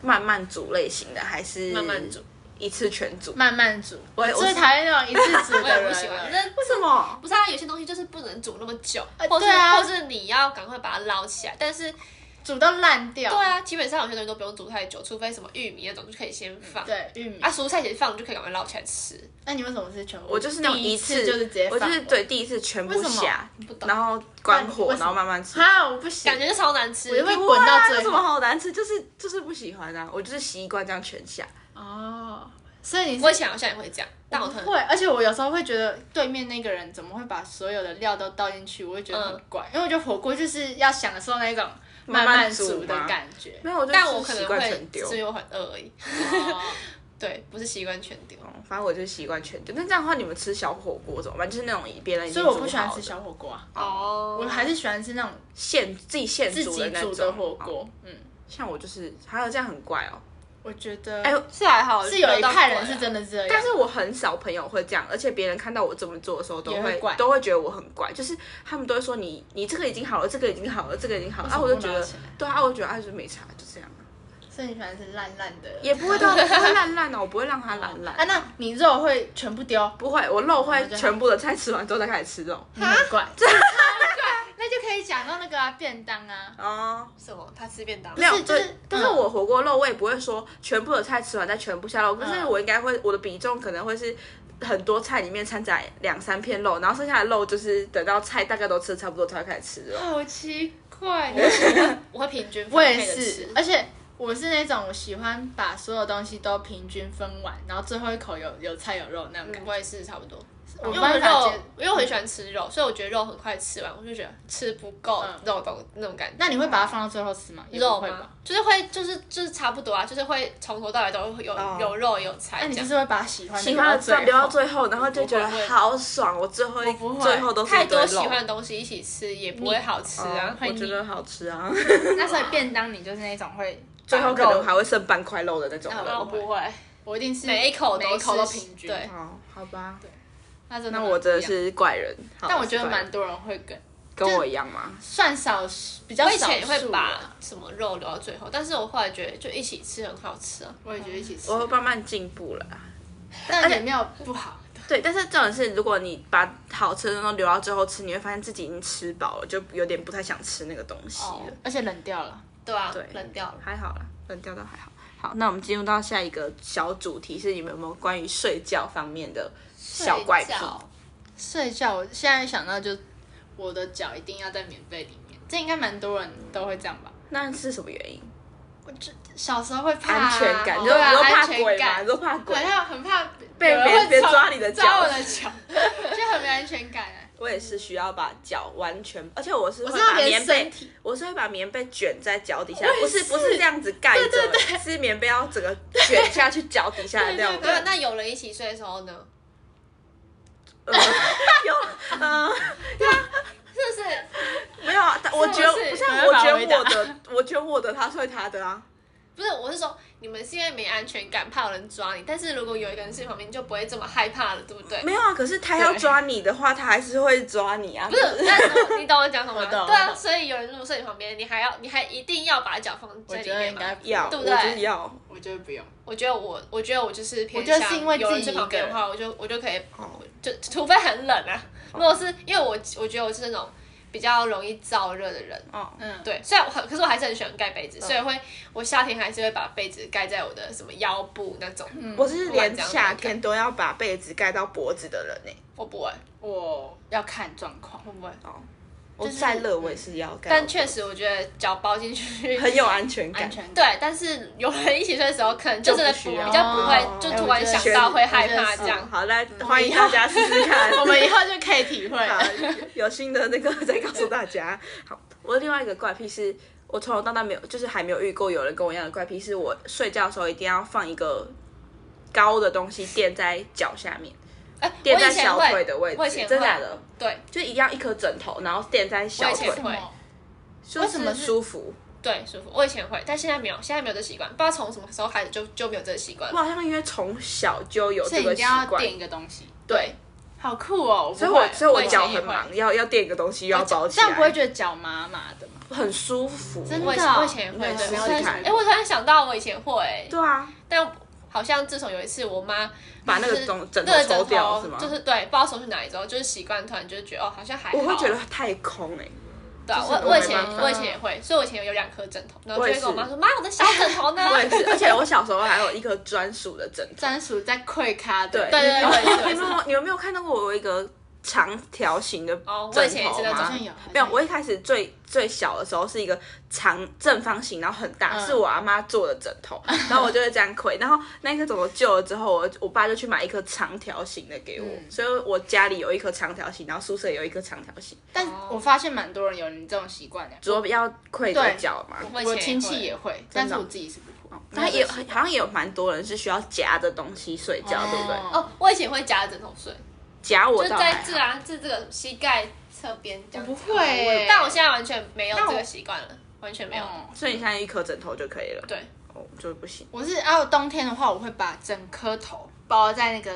A: 慢慢煮类型的，还是
C: 慢慢煮，
A: 一次全煮？
B: 慢慢煮，
A: 我
B: 我
A: 我
B: 最讨厌那种一次煮
C: 我也
B: 的人
C: 不喜欢。
B: 了。
C: 那
A: 为什么？
C: 不是啊，有些东西就是不能煮那么久，
B: 呃
C: 或是、
B: 对啊
C: 或是你要赶快把它捞起来。但是
B: 煮到烂掉。
C: 对啊，基本上有些东西都不用煮太久，除非什么玉米那种就可以先放。
B: 对哎玉米
C: 啊，。蔬菜先放就可以赶快捞起来吃。
B: 那你为什么是全部？
A: 我就是那种
B: 第一
A: 次
B: 就是直接
A: 我
B: 放
A: 就是对第一次全部
B: 为什么
A: 下
C: 不，懂
A: 然后关火
B: 为，什么
A: 然后慢慢吃。
B: 啊，我不行，
C: 感觉就超难吃。
B: 我就会
A: 不
B: 滚到
A: 啊
B: 最
A: 有什
B: 后
A: 么好难吃？就是就是不喜欢啊，我就是习惯这样全下。
B: 哦，所以你是
C: 我以前好像也会这样，但我可 能
B: 会，而且我有时候会觉得对面那个人怎么会把所有的料都倒进去，我会觉得很怪，因为我觉得火锅就是要享受那种
A: 嗯慢
B: 慢
A: 煮
B: 煮
A: 吗
B: 的感觉。
A: 没有，我就
C: 但我
A: 是
C: 可
A: 习
C: 能
A: 惯
C: 会
A: 全丢。
C: 只有很饿而已。
B: 哦
C: 对，不是习惯全丢。
A: 嗯反正我就是习惯全丢。那这样的话，你们吃小火锅怎么办？就是那种别人已
B: 所
A: 经
B: 以
A: 煮
B: 我
A: 好
B: 不喜欢吃
A: 的
B: 小火锅啊，
C: 哦
B: 我还是喜欢吃那种
A: 现自己现
B: 自
A: 煮
B: 己
A: 的那
B: 煮
A: 种
B: 的火。
A: 哦
B: 锅。嗯，
A: 像我就是，还有这样很怪哦。
B: 我觉得
A: 哎
C: 哦是还好，
B: 是有一派人是
C: 的。
B: 真的是这样，
A: 但是我很少朋友会这样，而且别人看到我这么做的时候，都
B: 也会怪
A: 都会觉得我很怪，就是他们都会说你你这个已经好了，这个已经好了，这个已经好了，
B: 为什
A: 啊，
B: 么
A: 我就
B: 不
A: 觉
B: 拿
A: 得
B: 起来，
A: 对啊，我就觉得啊，就没差，就这样，
B: 所以你喜欢吃烂烂的，
A: 也不会到不会烂烂哦的，我不会让它烂烂
B: 啊，，那你肉会全部丢，
A: 不会，我嗯肉
B: 那
A: 会
B: 就好
A: 全部的菜吃完之后再开始吃肉，
B: 你很
A: 啊
B: 怪， 那就可以讲到那个啊便当啊，
A: 哦，
C: 什么？他吃便当
A: 没？有，
B: 是就是
A: 对但是
B: 嗯
A: 我火锅肉我也不会说全部的菜吃完再全部下肉，可是
B: 嗯
A: 我应该会我的比重可能会是很多菜里面掺杂两三片肉，然后剩下的肉就是等到菜大概都吃差不多才会开始吃肉。
B: 好奇怪
C: 我会 我会平均分
B: 我也
C: 配地
B: 是
C: 吃，
B: 而且我是那种我喜欢把所有东西都平均分完，然后最后一口有有菜有肉那种感
C: 嗯，
B: 觉。
C: 我也是差不多。
B: 我
C: 因为
B: 没
C: 我
B: 办法
C: 肉
B: 接，
C: 因为我很喜欢吃肉，所以我觉得肉很快吃完，我就觉得吃不够
B: 嗯
C: 肉的那种感觉。
B: 那你会把它放到最后吃吗？也
C: 肉
B: 不会吧
C: 吗？？就是会，就是就是差不多啊，就是会从头到尾都会有、
A: 哦
C: 有肉有菜
B: 那你
C: 这
B: 就
C: 样。
B: 是会把喜欢的
A: 喜欢的
B: 最
A: 菜留到
B: 后，
A: 最后，然后就觉得
B: 我不会
A: 好爽。我最后一
B: 我不会
A: 最后都是
C: 太
A: 一堆
C: 多
A: 肉
C: 喜欢的东西一起吃也不会好吃啊
A: 哦。我
B: 会腻
A: 觉得好吃 啊。
B: 那所以便当你就是那种会
A: 最后可能还
B: 会，
A: 会 剩半块肉的那种
B: 那
A: 人。
B: 啊我不
C: 会，
B: 我一定是
C: 每一口都
B: 每一口都
C: 是
B: 平均。
C: 对
A: 哦，好吧，
B: 那真的
A: 那我真的
B: 不一样，
A: 是怪人。好
B: 但我觉得
A: 是怪人
B: 蛮多人会跟，
A: 跟我一样嘛。
B: 算少数比较
C: 我
B: 少
C: 以
B: 数啊。
C: 前也会把什么肉留到最后，但是我后来觉得就一起吃很好吃啊。
B: 我也觉得一起吃
A: 我，会慢慢进步了。啊
B: 但也没有不好。
A: 对，但是重点是，如果你把好吃的都留到最后吃，你会发现自己已经吃饱了，就有点不太想吃那个东西了。
B: 而且冷掉了，
C: 对啊，
A: 对
C: 哦冷掉了。
A: 还好啦，冷掉倒还好。好，那我们进入到下一个小主题，是你们有没有关于睡觉方面的小怪癖
C: 睡？觉
B: 睡觉，我现在想到就我的脚一定要在棉被里面，这应该蛮多人都会这样吧？
A: 那是什么原因？
B: 我就小时候会怕、
A: 安全
C: 哦
A: 感，你
B: 对
A: 都
B: 啊，
A: 你都怕
B: 安
A: 鬼
B: 全
A: 嘛，
B: 感
A: 你，都怕鬼
B: 好。 像很怕
A: 被
B: 有人
A: 别
B: 会
A: 别
B: 抓
A: 抓你的脚
B: 抓我的 脚，就很没安全感
C: 啊
B: 哎、
A: 我也是需要把脚完全，而且我是
B: 我
A: 会
B: 知道
A: 把
B: 连
A: 棉被
B: 身体，
A: 我是会把棉被卷在脚底下
B: 我，也
A: 不是不是这样子盖着，是棉被要整个卷下去脚底下的那种。
C: 啊那那有人一起睡的时候呢？
A: 呃有嗯，
C: 是不是？
A: 没有 啊，但我觉得
B: 是
A: 不
B: 不
A: 是
B: 是
A: 啊，
B: 没
A: 我
B: 办法
A: 觉
B: 回
A: 得
B: 答
A: 我的，我觉得我的，他睡他的啊。
C: 不是，我是说你们是因为没安全感，怕有人抓你。但是如果有一个人睡旁边，你就不会这么害怕了，对不对？
A: 没有啊，可是他要抓你的话，他还是会抓你啊。
C: 不是，但是你懂我讲什么
B: 我
C: 吗？
B: 懂
C: 对
B: 我
C: 啊，
B: 懂
C: 所以有人如果睡你旁边，你还要，你还一定要把脚放
B: 我
C: 在里
B: 觉得
C: 面
B: 应该
C: 吗？
B: 不
A: 要，
C: 对
A: 我
C: 不
A: 就
C: 对
A: 是要。
B: 我觉得不用，
C: 我觉得我，我觉得我就是偏
B: 我觉得
C: 向
B: 是因为
C: 有人
B: 自己
C: 睡旁边的
B: 一个
C: 话，我就我就可以，
A: 哦
C: 就 除非很冷啊。
B: 哦
C: 如果是因为我，我觉得我是那种比较容易燥热的人。
A: 哦，
B: 嗯，
C: 对，虽然我很，可是我还是很喜欢盖被子，所以会我夏天还是会把被子盖在我的什么腰部那种。
B: 嗯
A: 我是连
C: 我这样
A: 夏天都要把被子盖到脖子的人呢。欸
C: 我不会，
B: 我要看状况，
C: 我不会。
A: 哦，我
B: 就是
A: 再热我也是要盖到脖
C: 但
A: 子，
C: 确实我觉得脚包进去
A: 很有安全感
B: 安。全感。
C: 对，但是有人一起睡的时候，可能就真的
A: 就不需要
C: 比较不会，就突然想到会害
B: 哎我觉
C: 怕
B: 得
C: 这
B: 是
C: 样。
A: 嗯好，来欢迎大家试试 看。
B: 我们以后就可以体会。
A: 好 有新的那个再告诉大家。好，我的另外一个怪癖是，我从头到大没有，就是还没有遇过有人跟我一样的怪癖，是我睡觉的时候一定要放一个高的东西垫在脚下面，
C: 哎，我
A: 垫
C: 以
A: 在
C: 前
A: 小腿
C: 会，
A: 的位
C: 我以
A: 置，
C: 前
A: 真
C: 会
A: 假的？
C: 对，
A: 就一定要一颗枕头，然后垫在小
C: 我以
A: 腿
C: 前，
B: 什么
A: 就
C: 为什
A: 是
C: 么
A: 很
C: 是
A: 舒服。
C: 对，舒服。我以前会，但现在没有，现在没有这习惯，不知道从什么时候开始就就没有这个习惯
A: 我。好像因为从小就有
B: 所 以
A: 这个
B: 你一定
A: 习
B: 要
A: 惯，
B: 垫一个东西，
A: 对，
B: 好酷哦！
A: 所以
B: 不
A: 我
B: 会
A: 所以我
C: 以前
A: 脚
C: 也
A: 很
C: 会
A: 忙，要要垫一个东西，又要包起
B: 这样不会
A: 来，
B: 觉得脚麻麻的吗？
A: 很舒服。
B: 真
C: 我以
B: 的
C: 前
B: 哦
C: 我以前也会，对，
A: 试
C: 没有
A: 试
C: 这个习
A: 看
C: 惯哎，我突然想到我以前会，哎
A: 对啊，
C: 但好像自从有一次我妈
A: 把那个
C: 就是
A: 枕枕头
C: 那个
A: 抽
C: 枕
A: 掉是吗
C: 头，就是对，不知道从去哪里之后，就是习惯突然就是觉得哦，好像还好。
A: 我会觉得太空哎、
C: 对啊，
A: 就是
C: 我
A: 我
C: 我以
A: 没
C: 前
A: 办法
C: 我以前也会，所以我以前有两颗枕头，然后
A: 我
C: 就
A: 也
C: 会跟我妈
A: 是
C: 说：“妈，我的小枕头呢？”
A: 我也 是，而且我小时候还有一个专属的枕头。
B: 专属在溃咖的，
A: 对
C: 对对对对
A: 你们有没有你们没有看到过我有一个长条形的枕头
C: 哦
A: 吗？
C: 我以前也是那种
B: 好像有，
A: 没有，我
B: 也
A: 一开始最最小的时候是一个长正方形，然后很大，
B: 嗯
A: 是我阿妈做的枕头，然后我就会这样跪。然后那一颗枕头旧了之后，我我爸就去买一颗长条形的给我，
B: 嗯
A: 所以我家里有一颗长条形，然后宿舍有一颗长条形，
B: 但我发现蛮多人有你这种习惯的。
A: 左边要跪着
B: 对
A: 脚嘛。
C: 我以
B: 我
C: 前
B: 亲
C: 会
B: 戚也会，但是我自己是不会。
A: 哦他也好像也有蛮多人是需要夹着东西睡觉，对不对？
B: 哦
C: 哦，我以前会夹着枕头睡，
A: 夹我
C: 就
A: 倒
C: 在
A: 还
C: 这
A: 好，
C: 啊，这这个膝盖侧边这样子。
B: 我不会欸
C: 但我现在完全没有
B: 但我
C: 这个习惯了，完全没有。
B: 嗯
A: 哦所以你现在一颗枕头就可以了。
C: 对，
A: 哦，就不行。
B: 我是啊，冬天的话，我会把整颗头包在那个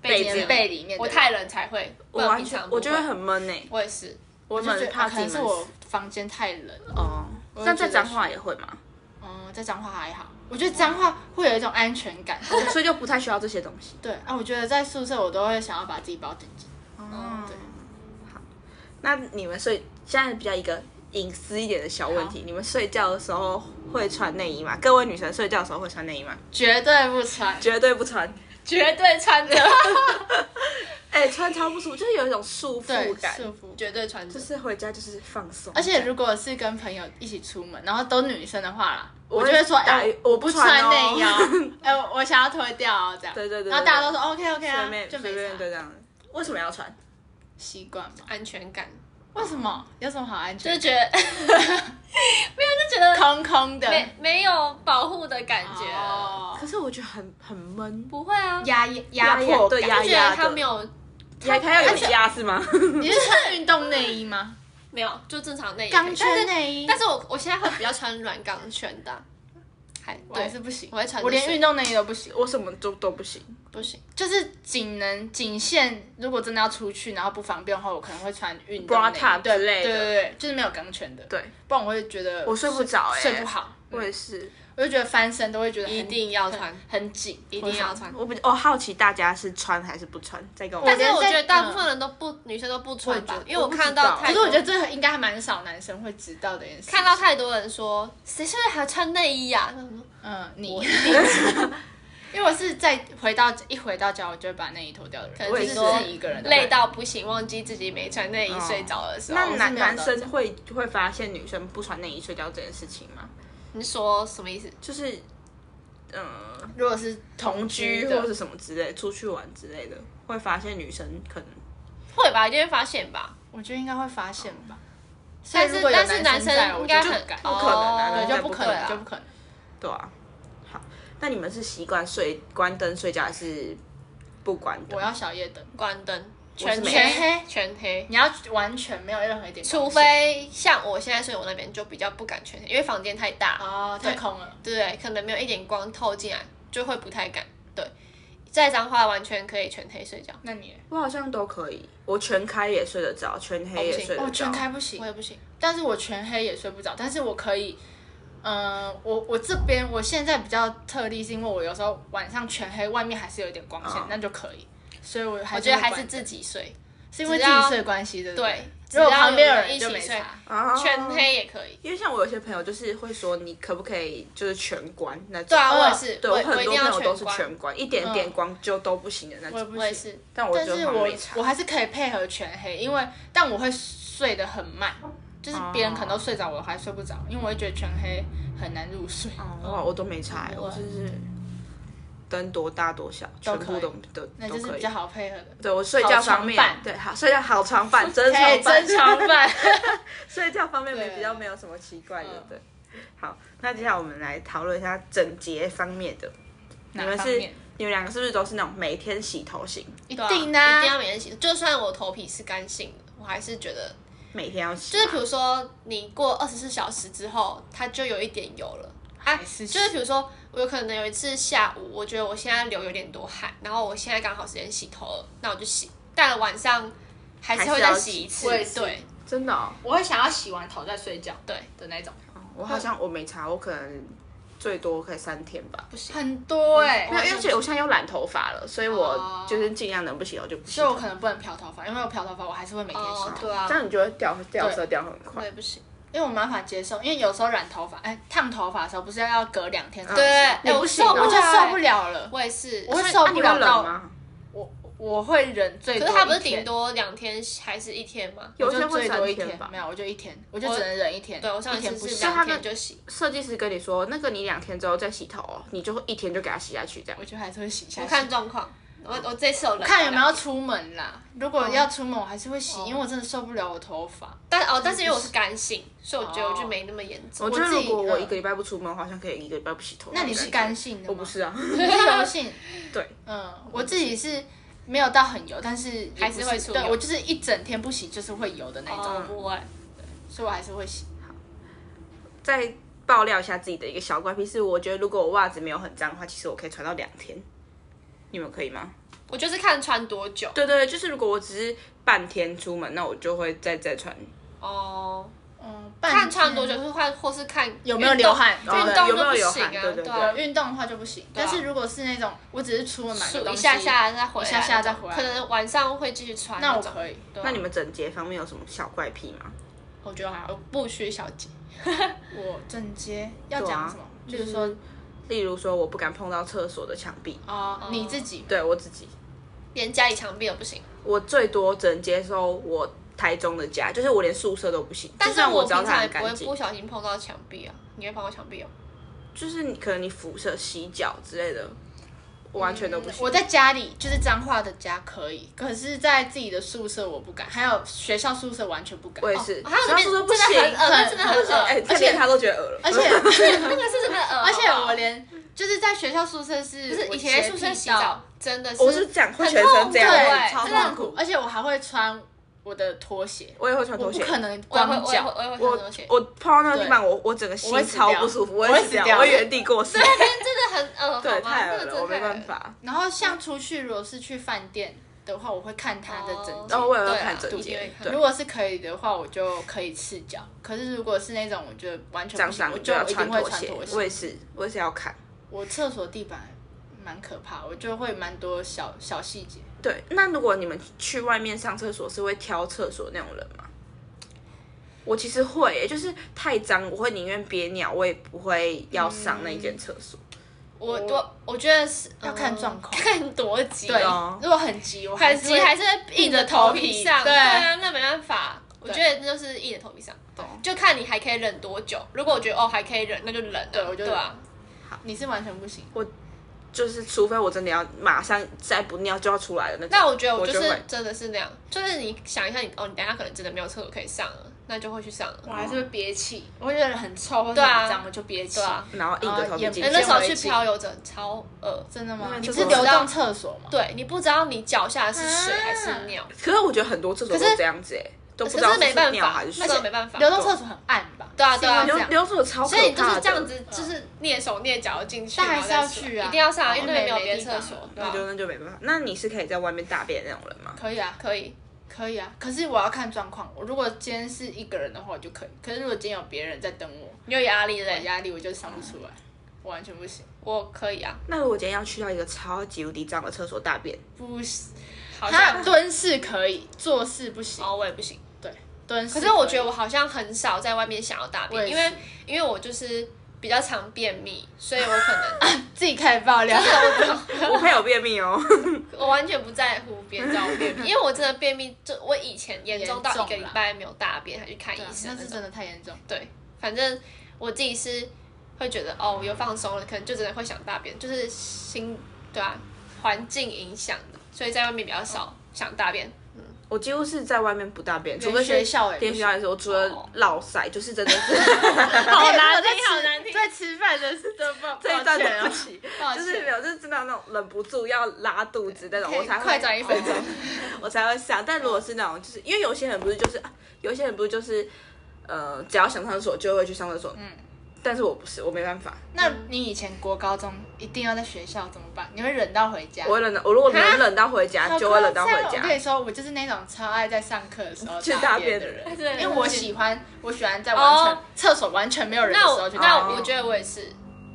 A: 被
B: 棉
A: 子
B: 被里面的。
C: 我太冷才会，不
A: 我
C: 然
A: 完
C: 平常
A: 全
C: 不
A: 我觉得
C: 会
A: 很闷呢、欸
C: 我也是，
A: 我
B: 就觉
A: 闷
B: 得
A: 怕
B: 啊
A: 自己
B: 可能是
A: 闷
B: 我
A: 死。
B: 房间太冷了。
A: 哦，
B: 就
A: 那在
B: 觉得
A: 彰化也会吗？
B: 嗯，在彰化还好，我觉得彰化会有一种安全 感。
A: 所以就不太需要这些东西。
B: 对啊，我觉得在宿舍我都会想要把自己包紧紧。
C: 嗯
A: 哦
B: 对，
A: 那你们睡现在比较一个隐私一点的小问题，你们睡觉的时候会穿内衣吗？各位女生睡觉的时候会穿内衣吗？
B: 绝对不穿，
A: 绝对不穿。
C: 绝对 穿着，
A: 哎、穿超不舒服，就是有一种束缚
B: 对，
A: 感，
B: 束缚。
C: 绝对穿
A: 就。
C: 着
A: 是回家就是放松。
B: 而且如果是跟朋友一起出门，然后都女生的话啦，我
A: 会
B: 就会说，
A: 打
B: 哎、
A: 我
B: 我
A: 不
B: 不
A: 穿哦
B: 穿内衣哦， 哎、我想要脱掉哦，这样。
A: 对对对对
B: 然后大家都说 OK OK
A: 随
B: 啊，
A: 便
B: 就
A: 随
B: 没
A: 便
B: 差
A: 就这样，为什么要穿？
B: 习惯嘛。
C: 安全感，
B: 为什么？有什么好安
C: 就
B: 全？
C: 是觉得 没有，就觉得
B: 空空的，
C: 没没有保护的感觉，
B: 哦
A: 可，是我觉得很很闷，
C: 不会啊，
B: 压压压
A: 压
B: 迫
A: 对
B: 感
A: 压
C: 就觉得他没有
A: 你还还要有压是吗？
B: 你是穿运动内衣吗？
C: 没有，就正常内衣。
B: 钢圈
C: 但是
B: 内衣，
C: 但是我我现在会比较穿软钢圈的啊，还
B: 我还
C: 对
B: 是不行，
C: 我会穿着
B: 我连
C: 睡
B: 运动内衣都不行，
A: 我什么都都不行。
C: 不行，
B: 就是仅能仅限，如果真的要出去，然后不方便的话，我可能会穿运动
A: bra
B: 内
A: top
B: 衣，对
A: 之类
B: 对
A: 的
B: 对对，就是没有钢圈的，
A: 对，
B: 不然我会觉得
A: 我睡不着欸
B: 睡不好，
A: 我也是。
B: 我就觉得翻身都会觉得很
C: 一定要穿
B: 很很紧，
C: 一定要穿。
A: 我比我好奇大家是穿还是不穿，再跟我
C: 但是
B: 觉得
C: 我
B: 在
C: 觉得大
B: 嗯
C: 部分人都不，女生都不
A: 我也
C: 穿
A: 觉
C: 吧
A: 得，
C: 因为
A: 我不
C: 看
A: 知
C: 到
A: 道
C: 太
B: 可是
C: 多，
B: 我觉得这应该还蛮少男生会知道的件事。
C: 看到太多人说，谁现在还穿内衣呀？那种
B: 嗯，你， 因为我是在回到一回到家，我就会把内衣脱掉的人，
C: 可能
B: 我
A: 也
B: 就是是自己一个人的话
C: 累到不行，忘记自己没穿内
B: 哦
C: 衣睡着的时候，
A: 那
B: 是
A: 男
B: 没有
A: 男
B: 到
A: 生
B: 这样
A: 会会发现女生不穿内衣睡觉这件事情吗？
C: 你是说什么意思？
A: 就是，呃，
B: 如果是同
A: 同居
B: 居
A: 或
B: 的，
A: 是什么之类，出去玩之类的，会发现女生可能
C: 会吧，一定会发现吧。
B: 我觉得应该会发现吧。所
C: 但
B: 以
C: 是
B: 如果有
C: 但是男
B: 在我
C: 生
B: 就
C: 应该
B: 不
C: 很
B: 敢
A: 不可能啊
C: 哦
A: 男
B: 对，
A: 生
B: 就不可
C: 对
B: 能，
C: 啊
B: 就不可能。
A: 对啊。好，那你们是习惯睡关灯睡觉还是不关灯？
B: 我要小夜灯，
C: 关灯，
A: 我是
C: 全
A: 没
C: 全
B: 有
C: 黑，全黑。
B: 你要完全没有任何一点
C: 除
B: 光线，
C: 非像我现在睡我那边就比较不敢全黑，因为房间太大，
B: 哦太空了，
C: 对不对？可能没有一点光透进来，就会不太敢。对，在彰化完全可以全黑睡觉，
B: 那你
A: 我好像都可以，我全开也睡得着，全黑也
C: 不行
A: 睡得着。
B: 我哦全开不行
C: 我，也不行。
B: 但是我全黑也睡不着，但是我可以，嗯、我我这边我现在比较特例，是因为我有时候晚上全黑，外面还是有一点光线，
A: 哦
B: 那就可以，所以我还
C: 我觉得
B: 会
C: 还
B: 关
C: 是自己睡，
B: 是因为
C: 只
B: 自
C: 要
B: 己睡的关系，对不
C: 对，只
B: 如
C: 要
B: 果旁边有人
C: 一起
B: 就没
C: 睡，
B: 差。
A: 啊
C: 全黑也可以。
A: 因为像我有些朋友就是会说，你可不可以就是全关那种？
C: 对啊，
B: 嗯
C: 我也是，
A: 对
C: 我
A: 我很
C: 一定
A: 多朋
C: 要
A: 友都是
C: 关，
A: 全关，一点点光就都不行的那
B: 我也
A: 种。
B: 不
C: 我也
B: 行。
C: 是。
A: 但我
B: 但
A: 觉得
B: 是
A: 好像
B: 我
A: 没差
B: 我还是可以配合全黑，因为但我会睡得很慢，就是别人可能都睡着，我还睡不着，因为我会觉得全黑很难入睡。
A: 哦，我都没差，我就是灯多大多小，全
B: 可
A: 部
B: 以
A: 都都
B: 那
A: 都
B: 就是
A: 可
B: 比
A: 以
B: 较。好配合的，
A: 对我睡觉方面
B: 好长，板
A: 对好睡觉好长 板，真
B: 可以
A: 长板
B: 增，长版。
A: 睡觉方面没
B: 对
A: 比较没有什么奇怪的
B: 嗯，
A: 对。好，那接下来我们来讨论一下整洁方面的。
B: 哪
A: 们
B: 方
A: 是
B: 面
A: 你们两个是不是都是那种每天洗头型，
C: 一
B: 定的啊
C: 一定要每天洗。就算我头皮是干性的，我还是觉得，
A: 每天要洗？
C: 就是比如说你过二十四小时之后，它就有一点油了。啊，
B: 还是
C: 就是比如说，我有可能有一次下午，我觉得我现在流有点多汗，然后我现在刚好时间洗头了，那我就洗。但晚上还是会再洗一次，
B: 还是要洗我也
C: 对，
A: 真的哦，
B: 我会想要洗完头再睡觉，
C: 对
B: 的那种，
A: 我好像我没擦，我可能最多可以三天吧。
C: 不行。
B: 很多哎、
A: 没有，而且我现在又染头发了，所以我
C: 哦
A: 就是尽量能不洗头就不洗
B: 所以我
A: 头。
B: 可能不能漂头发，因为我漂头发我还是会每天洗头，
C: 哦对啊
A: 这样你就会掉掉色掉很快
C: 我。也不行，
B: 因为我没办法接受，因为有时候染头发，哎、烫头发的时候不是要隔两天才能
C: 对，
B: 洗
C: 哎
A: 你不
C: 我
A: 行
C: 受
A: 哦
C: 不
B: 我就
C: 了，
B: 受不，了了，
C: 我也是，
B: 我会
C: 所以
A: 那
B: 受不
A: 啊你
B: 了
A: 会
B: 到
A: 冷吗？
B: 我我会忍最
C: 可
B: 多，
C: 是它不是顶。多两天还是一天吗？
A: 有
B: 我
A: 些
B: 就
A: 会
B: 最多
A: 三
B: 一
A: 天吧
B: 没。有，我就一天，我就只能忍一天。
C: 对我上
B: 一
C: 一
B: 天
C: 次
B: 不
C: 是
B: 行，
C: 两天就洗，
A: 设计师跟你说，那个你两天之后再洗头哦，你就会一天就给它洗下去这样
B: 我。就还是会洗一下
C: 我
B: 去。
C: 看状况。我我这次有冷
B: 看有没有
C: 到
B: 要
C: 两天，
B: 出门啦，如果要出门，我还是会洗，因为我真的受不了我头发。
C: 哦但哦，但是因为我是干性，所以我觉得我
B: 哦
C: 就没那么严重。
A: 我觉得
B: 自
A: 如
B: 己
A: 果我
B: 呃
A: 一个礼拜不出门，我好像可以一个礼拜不洗头。
B: 那你是干性的吗？
A: 我不是啊，。
B: 你是油性
A: 对，
B: 嗯，我自己是没有到很油，但是也不
C: 还是会出油
B: 对我就是一整天不洗就是会油的那种，
A: 嗯
C: 哦，不会，
B: 所以我还是会洗。
A: 再爆料一下自己的一个小怪癖是，我觉得如果我袜子没有很脏的话，其实我可以穿到两天。你们可以吗？
C: 我就是看穿多久
A: 对对，对就是如果我只是半天出门，那我就会再再穿。
C: 哦，
B: 嗯，
C: 看穿多久，就是看或是看
B: 有没有流汗
C: 运
B: 对
C: 动运
A: 有没有
C: 动都不
A: 流汗
C: 行啊，
A: 对对
C: 对
A: 对
C: 啊
B: 有，运动的话就不行，但是如果是那种我只是出门买个
C: 数
B: 东
C: 一
B: 西
C: 下，下再回来，
B: 一下下再回来
C: 可能晚上会继续穿
B: 那我
C: 种
B: 可以。
C: 对啊
A: 那你们整洁方面有什么小怪癖吗？
C: 我觉得还好，我不需小姐，
B: 我整洁要讲什么？
A: 对啊
B: 就是说
A: 就是例如说，我不敢碰到厕所的墙壁，
B: 哦，你自己
A: 对我自己，
C: 连家里墙壁都不行。
A: 我最多只能接受我台中的家，就是我连宿舍都不行。
C: 但
A: 就是算我
C: 平
A: 知道它
C: 常也
A: 很
C: 不会
A: 干净
C: 不，小心碰到墙壁啊，你会碰到墙壁哦？
A: 就是你可能你辐射、洗脚之类的，我完全都不行。
C: 嗯
B: 我在家里就是脏话的家可以，可是在自己的宿舍我不敢，还有学校宿舍完全不敢。
A: 我也是，
C: 哦还有那
A: 他
C: 边
A: 说不行，
C: 真的很恶，那
B: 很
C: 真的很恶，
A: 哎，他
B: 而且
A: 连他都觉得恶了，
B: 哦而 且
C: 那个是真的恶。
B: 而且
C: 好不好
B: 我连就是在学校宿舍是，
C: 不
B: 不
C: 是以前在宿舍洗澡，真的是
A: 我是这样会
C: 很
A: 全身这样
C: 痛
A: 哦
C: 苦
A: 对
C: 哎
A: 超
C: 真的
A: 痛苦
B: 而且我还会穿我的拖鞋，
A: 我也会穿
B: 我
A: 拖
B: 不
A: 鞋。
B: 可能
C: 我也会，
B: 光
C: 我也会，
B: 脚。
C: 我也会
A: 我
C: 穿拖鞋，
A: 我碰到那个地方，我我整个心
B: 我会死
A: 超
B: 掉
A: 不舒服，我
B: 我
A: 会
B: 会
A: 死
B: 死
A: 掉，
B: 掉
A: 我会原地过世。
C: 真的很恶，
A: 对，
C: 好吗？
A: 太
C: 那
A: 恶
C: 个
A: 了，
C: 真的
A: 我没
C: 太恶
A: 办。法。
B: 然后像出去如果是去饭店的话，我会看它的整洁
C: 哦
A: 然后我也
C: 对
A: 会
C: 啊
A: 看整
C: 一定
A: 洁
C: 会，看
A: 对
B: 如，果是可以的话，我就可以赤脚。可是如果是那种我觉得完全
A: 脏
B: 不行，
A: 脏
B: 我
A: 就要
B: 一定会
A: 拖
B: 穿
A: 鞋
B: 拖。鞋。
A: 我也是，我也是要看。
B: 我厕所地板蛮可怕，我就会蛮多小小细节。
A: 对，那如果你们去外面上厕所，是会挑厕所那种人吗？我其实会耶、就是太脏，我会宁愿憋尿，我也不会要上那间厕所。
C: 我我我觉得是
B: 要看状况
C: 嗯看多急，
B: 对
A: 哦，
B: 如果很急，我还
C: 很
B: 是
C: 急
B: 会
C: 还是会硬着头皮上。
B: 对
C: 对啊，那没办法，我觉得那就是硬着头皮上。
A: 懂
C: 就看你还可以忍多久。如果我觉得哦还可以忍，那就忍啊。
B: 对我就
C: 对啊，
B: 你是完全不行。
A: 就是除非我真的要马上再不尿就要出来了那种。
C: 那我觉得我
A: 我
C: 就
A: 就是会
C: 真的是那样，就是你想一下你，哦，你等一下可能真的没有厕所可以上了，那就会去上
B: 我
C: 了。
B: 还是会憋气，我会觉得很臭或者
C: 对啊
B: 很脏，我就憋气
C: 对。啊，
A: 嗯然后硬着头皮
B: 呃
A: 进
B: 也
C: 哎，
A: 去。
C: 那时候
B: 先
C: 去
B: 回去
C: 漂游者超恶，
B: 真的吗
A: 那？
B: 你
A: 就是不
B: 流
C: 知道
B: 动厕所吗？
C: 对你不知道你脚下是水
B: 啊
C: 还是尿，
A: 可是我觉得很多厕所都
C: 可是
A: 这样子哎、都
C: 可
A: 不知道
C: 是没
A: 是
C: 办
A: 尿
C: 法，
A: 还
C: 那
A: 是
C: 时
A: 水。
C: 候没办法，
B: 流动厕所很暗吧？
C: 对啊
B: 是因为
C: 对啊
A: 流
B: 这样
A: 流厕所超可怕
C: 所
A: 的。
C: 以你就是这样子，就是蹑手蹑脚地进去，
B: 嗯但还是要
C: 然后再出来
B: 去啊
C: 一定要上，因为
B: 因
C: 那
B: 为
C: 边没有
B: 没
C: 别的
B: 地
C: 厕
B: 方
C: 所
B: 啊，
C: 对
A: 那就
C: 啊，
A: 那就没办法。那你是可以在外面大便的那种人吗？
B: 可以啊，
C: 可以。
B: 可以啊。可是我要看状况，我如果今天是一个人的话，我就可以。可是如果今天有别人在等我，
C: 你有压力
B: 有
C: 嘞，
B: 压力我就上不出来，我完全不行，
C: 我可以啊，
A: 那如果今天要去到一个超级无敌脏的厕所 大便，
B: 不行。
C: 好
B: 他
C: 像
B: 蹲式可以，坐式不行。
C: 哦我也不行，
B: 对，蹲式
C: 可
B: 以。
C: 是我觉得我好像很少在外面想要大
B: 我
C: 便，
B: 也
C: 因
B: 是
C: 为因为我就是比较常便秘，所以我可 能
B: 自己开始爆料，
A: 我朋友便秘哦，
C: 我完全不在乎别人知道我便秘，因为我真的便秘，就我以前严重到
B: 严重
C: 一个礼
B: 啦
C: 拜没有大便还去看医
B: 对啊
C: 生
B: 那
C: 那
B: 是
C: 种
B: 真。的太严重。
C: 对，反正我自己是会觉得哦，有放松了，可能就真的会想大便，就是心对啊，环境影响的，所以在外面比较少想大便。
A: 我几乎是在外面不大便，除非是
B: 学校也不
A: 连学校也是，我 除了
C: 哦
A: 落塞，就是真的是
B: 好
C: 难听
B: 在吃
C: 好难听
B: 在吃饭的时候，抱
A: 这一段
B: 抱歉
A: 对不
B: 哦，
A: 起，
B: 抱
A: 就是 没
B: 歉。
A: 有，就是真的那种忍不住要拉肚子那种，
C: 可以
A: 我才会
C: 快转一分钟，
A: 我才会想。但如果是那种，就是因为有些人不是就是，有些人不是就是，呃，只要想上厕所就会去上厕所，嗯，但是我不是，我没办法，
B: 那你以前国高中一定要在学校怎么办？你会忍到回家？
A: 我会忍到，我如果能
C: 哈
A: 忍到回家，
B: 好
A: 就会忍到回
B: 夸张我跟
A: 家
B: 你。说，我就是那种超爱在上课的时 候
A: 去大
B: 大
A: 便
B: 的
A: 的人
B: 人，因为我喜欢，我喜欢在完
C: 哦
B: 全厕所完全没有人的时
C: 那
B: 候
C: 我
B: 去
C: 那
B: 大
C: 我
B: 便。
C: 觉得我也是，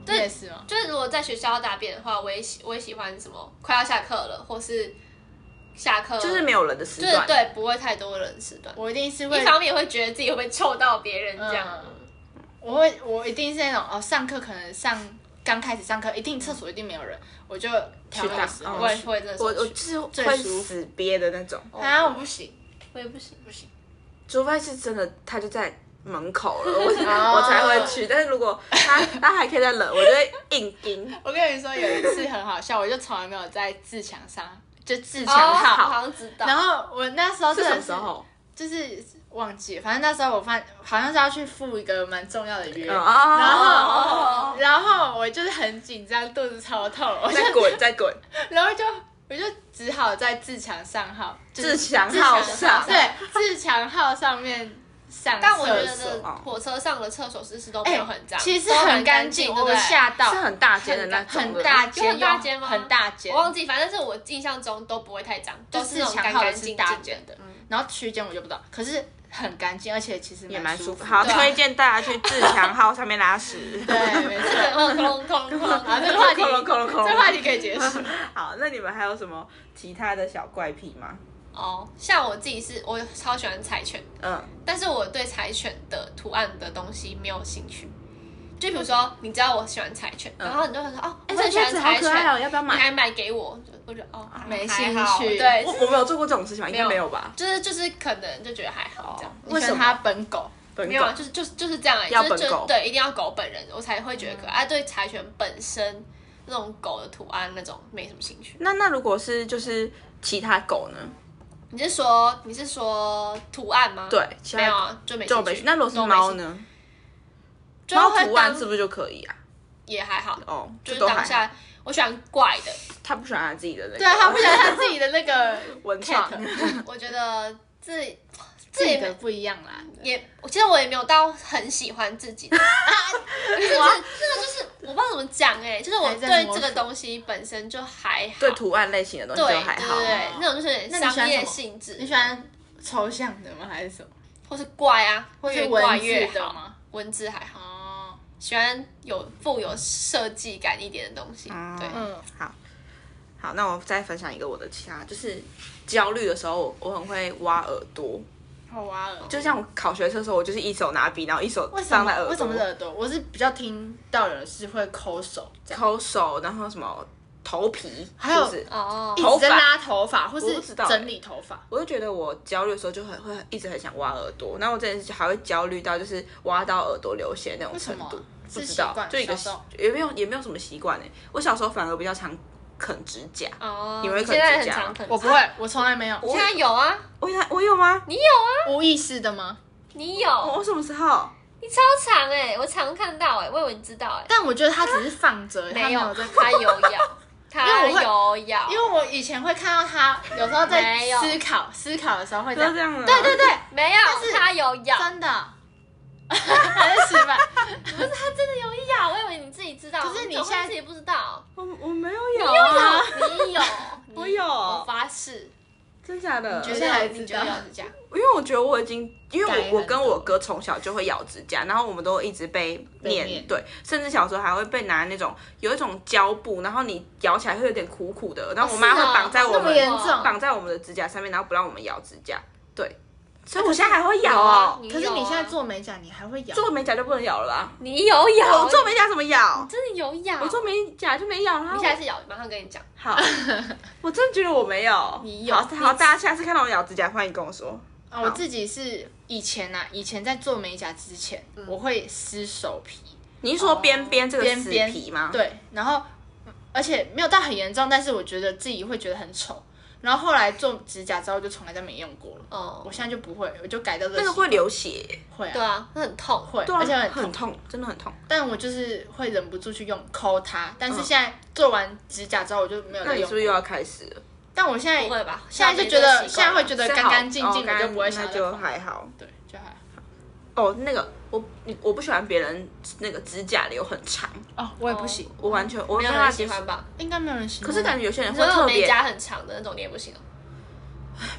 B: 你也是吗？
C: 就是如果在学校大便的话，我也喜我也喜欢什么快要下课了，或是下课
A: 就是没有人的时
C: 就是
A: 段，
C: 对不会太多人时段。
B: 我一定是会
C: 一，方面也会觉得自己会不会臭到别人这样，
B: 嗯我会，我一定是那种哦，上课可能上刚开始上课，一定厕所一定没有人，我就挑那
A: 大
B: 个时
A: 嗯
B: 候
C: 我也会这
A: 我
C: 种
A: 我
C: 去
A: 就是
B: 最
A: 会
B: 舒服
A: 死憋的那种，
C: 哦
B: 啊，我不行，
C: 我也不行。
B: 不行，
A: 除非是真的他就在门口 了，我
B: 哦
A: 我才会去。但是如果他他还可以再忍，我就会硬 盯。
B: 我跟你说，有一次很好笑，我就从来没有在自强上，就自强
C: 哦，
B: 号。
C: 好像知道。
B: 然后我那时候
A: 是什
B: 真的
A: 么时候？
B: 就是忘记了，反正那时候我发好像是要去赴一个蛮重要的约，
A: 嗯哦
B: 然
A: 哦
B: 后 然后我就是很紧张，肚子超痛，我就
A: 再滚，再 滚！
C: 哦
B: 然后就我就只好在自强上号，就是
A: 自强号上，
B: 对自强号上面上
C: 但我觉
B: 厕所哎
C: 得火车上的厕所是不是都没有很脏，
B: 其实
C: 都
B: 很
C: 很
B: 干
C: 净，对不
B: 我
C: 对？
B: 吓到
A: 是很大间的那种，
B: 很大
C: 有
B: 间，
C: 很大间吗？
B: 很大间，
C: 我忘记，反正是我印象中都不会太脏，都
B: 就是
C: 那种
B: 强
C: 干
B: 号
C: 干
B: 的是
C: 净
B: 大
C: 净嗯
B: 间的，然后区间我就不知道，可是很干净，而且其实
A: 也蛮舒
B: 舒
A: 服。
B: 服。
A: 好，
C: 对啊
A: 推荐大家去自强号上面拉屎。
B: 对，没错。
C: 对，空空空空，
B: 好，这
C: 然
B: 个
C: 后
B: 话题，
A: 恐龙恐龙恐龙
B: 这个话题可以结束。
A: 好，那你们还有什么其他的小怪癖吗？
C: 哦， 像我自己是我超喜欢柴犬，
A: 嗯，
C: 但是我对柴犬的图案的东西没有兴趣。就比如说，你知道我喜欢柴犬，然后你就会说哦，我很喜欢柴犬，
A: 哦，要不要
C: 你？还买给我，我就哦
B: 没
C: 还
B: 兴
C: 好
B: 趣
C: 对，
A: 我我没有做过这种事情吧？应该没
C: 没有
A: 有吧？
C: 就是就是可能就觉得还好这样。
A: 哦为什么
B: 他本狗？
A: 本
C: 没
A: 狗
C: 有啊，就是就是就是这样、欸，
A: 要
C: 就是
A: 本
C: 就
A: 狗
C: 对，一定要狗本人，我才会觉得可
B: 嗯
C: 爱。啊对柴犬本身那种狗的图案那种没什么兴趣。
A: 那那如果是就是其他狗呢？
C: 你是说你是说图案吗？，
A: 对，其
C: 没有
A: 他
C: 啊，就没
A: 就
C: 兴
A: 没
C: 趣
A: 去。。那如果是
C: 都没兴
A: 猫
C: 趣？
A: 呢？
C: 就
A: 猫
C: 会
A: 图
C: 当
A: 案是不是就可以啊？
C: 也还好，
A: 哦，
C: 就是
A: 都还
C: 当
A: 好。
C: 下我喜欢怪的，
A: 他不喜欢他自己的那个，
B: 对啊，他不喜欢他自己的那个
A: 文创
B: cat，
C: 我觉得自
B: 自
C: 自
B: 己
C: 己
B: 的不一样啦。
C: 也，其实我也没有到很喜欢自 己的，就是这
A: 啊
C: 个就是我不知道怎么讲哎、就是我
B: 还在
C: 对
B: 摸
C: 这个
B: 索
C: 东西本身就还好，
A: 对图案类型的东西
C: 对
A: 就还好哦
C: 对。对，那种就是有点
B: 那你喜欢
C: 商业
B: 什么
C: 性质，
B: 你喜欢抽象的吗？还是什么？
C: 或是怪啊，
B: 或是
C: 越
B: 文
C: 怪
B: 字
C: 越
B: 的
C: 好
B: 吗？
C: 文字还好，
B: 哦，
C: 喜欢有富有设计感一点的东西。
A: 嗯
C: 对，
B: 嗯，
A: 好，那我再分享一个我的其他，就是焦虑的时候，我很会挖耳朵。
B: 好挖耳朵。
A: 就像我考学测的时候，我就是一手拿笔，然后一手
B: 为什
A: 放在耳
B: 么？
A: 朵，
B: 为什么是耳朵？我是比较听到有人是会抠手，这样
A: 抠手，然后什么头皮，
B: 还有
A: 是不是
C: 哦，
A: 头
B: 一直在
A: 发
B: 拉头发，或
A: 我不
B: 是
A: 知道欸
B: 整理头发。
A: 我就觉得我焦虑的时候就很会一直很想挖耳朵，然后我之前还会焦虑到就是挖到耳朵流血那种程
B: 为什
A: 度
B: 么，
A: 不
B: 是
A: 知
B: 习
A: 道
B: 惯
A: 就一个
B: 小时候
A: 也没有也没有什么习惯哎，我小时候反而比较常啃指甲，
C: 哦，
A: 你会啃
C: 现在
A: 指
C: 很
A: 甲
C: 常
A: 吗
C: 啃指甲，
B: 我不会，我从来没有。
C: 现在有啊，
A: 我有我有吗？
C: 你有啊，
B: 无意识的吗？
C: 你有，
A: 我什么时候？
C: 你超常哎，我常看到哎，我以为你知道哎，
B: 但我觉得他只是放着，他
C: 没有
B: 在，
C: 他有咬，他
B: 因为
C: 有咬，
B: 因为我以前会看到他有时候在
C: 没有
B: 思考思考的时候会这
A: 都
B: 样
A: 这，样了，
C: 对对对，没有
B: 是，
C: 他有咬，
B: 真 的，还是失败。
C: 不是他真的有咬，我以为你自己知道，
B: 可是你
C: 怎么会
B: 现在
C: 自己不知道，
A: 我我没有有啊，
C: 你有，
A: 我
C: 你
A: 有
C: 我发誓。
A: 真假的？
B: 觉得还知道
C: 你觉得有指甲？
A: 因为我觉得我已经，因为
B: 改很
A: 我
B: 多
A: 我跟我哥从小就会咬指甲，然后我们都一直被念，
B: 被念
A: 对，甚至小时候还会被拿那种有一种胶布，然后你咬起来会有点苦苦的，然后我妈
C: 是哦
A: 会绑在我
B: 啊那么
A: 们、
B: 严重
A: 绑在我们的指甲上面，然后不让我们咬指甲，对，所以我现在还会咬哦。
C: 有啊
B: 可是你现在，
C: 有啊
B: 做美甲，你还会咬？
A: 做美甲就不能咬了吧？
C: 你有咬，
A: 我做美甲怎么咬？
C: 真的有咬，
A: 我做美甲就没咬啦。
C: 你下次咬，马上跟你讲。
A: 好，我真的觉得我没有。
C: 你有
A: 好，
C: 你
A: 好，大家下次看到我咬指甲，欢迎跟我说。
B: 啊，我自己是以前呐、啊，以前在做美甲之前，我会撕手皮，
A: 你是说边边这个
B: 哦边
A: 死
B: 边
A: 皮吗？，
B: 对，然后嗯而且没有到很严重，但是我觉得自己会觉得很丑。然后后来做指甲之后，就从来再没用过了。
C: 哦
B: 我，现在就不会，我就改掉这
A: 那个
B: 习
A: 会
B: 惯
A: 流血耶，
B: 会啊
C: 对啊，那很痛。
B: 会，
A: 对啊，
B: 而且很
A: 很
B: 痛。
A: 痛，真的很痛。
B: 但我就是会忍不住去用抠它，但是现在做完指甲之后，我就没有
A: 嗯那你
B: 再
A: 是
B: 用
A: 不是又
B: 过。
A: 要开始了？
B: 但我现在
C: 不会吧？
B: 现在就觉得，现在会觉
A: 觉
B: 得干干净净的，就不会想要再
A: 哦就
B: 碰
A: 还好。
B: 对，就还好。
A: 哦，那个我你我不喜欢别人那个指甲留很长，
B: 哦，我也不行，
A: 我完全我
C: 没有
A: 没办法
C: 人喜欢吧？
B: 应该没有人喜欢。
A: 可是感觉有些人
C: 你
A: 会
C: 说那种
A: 特
C: 美
A: 别
C: 甲很长的那种，你也不行哦。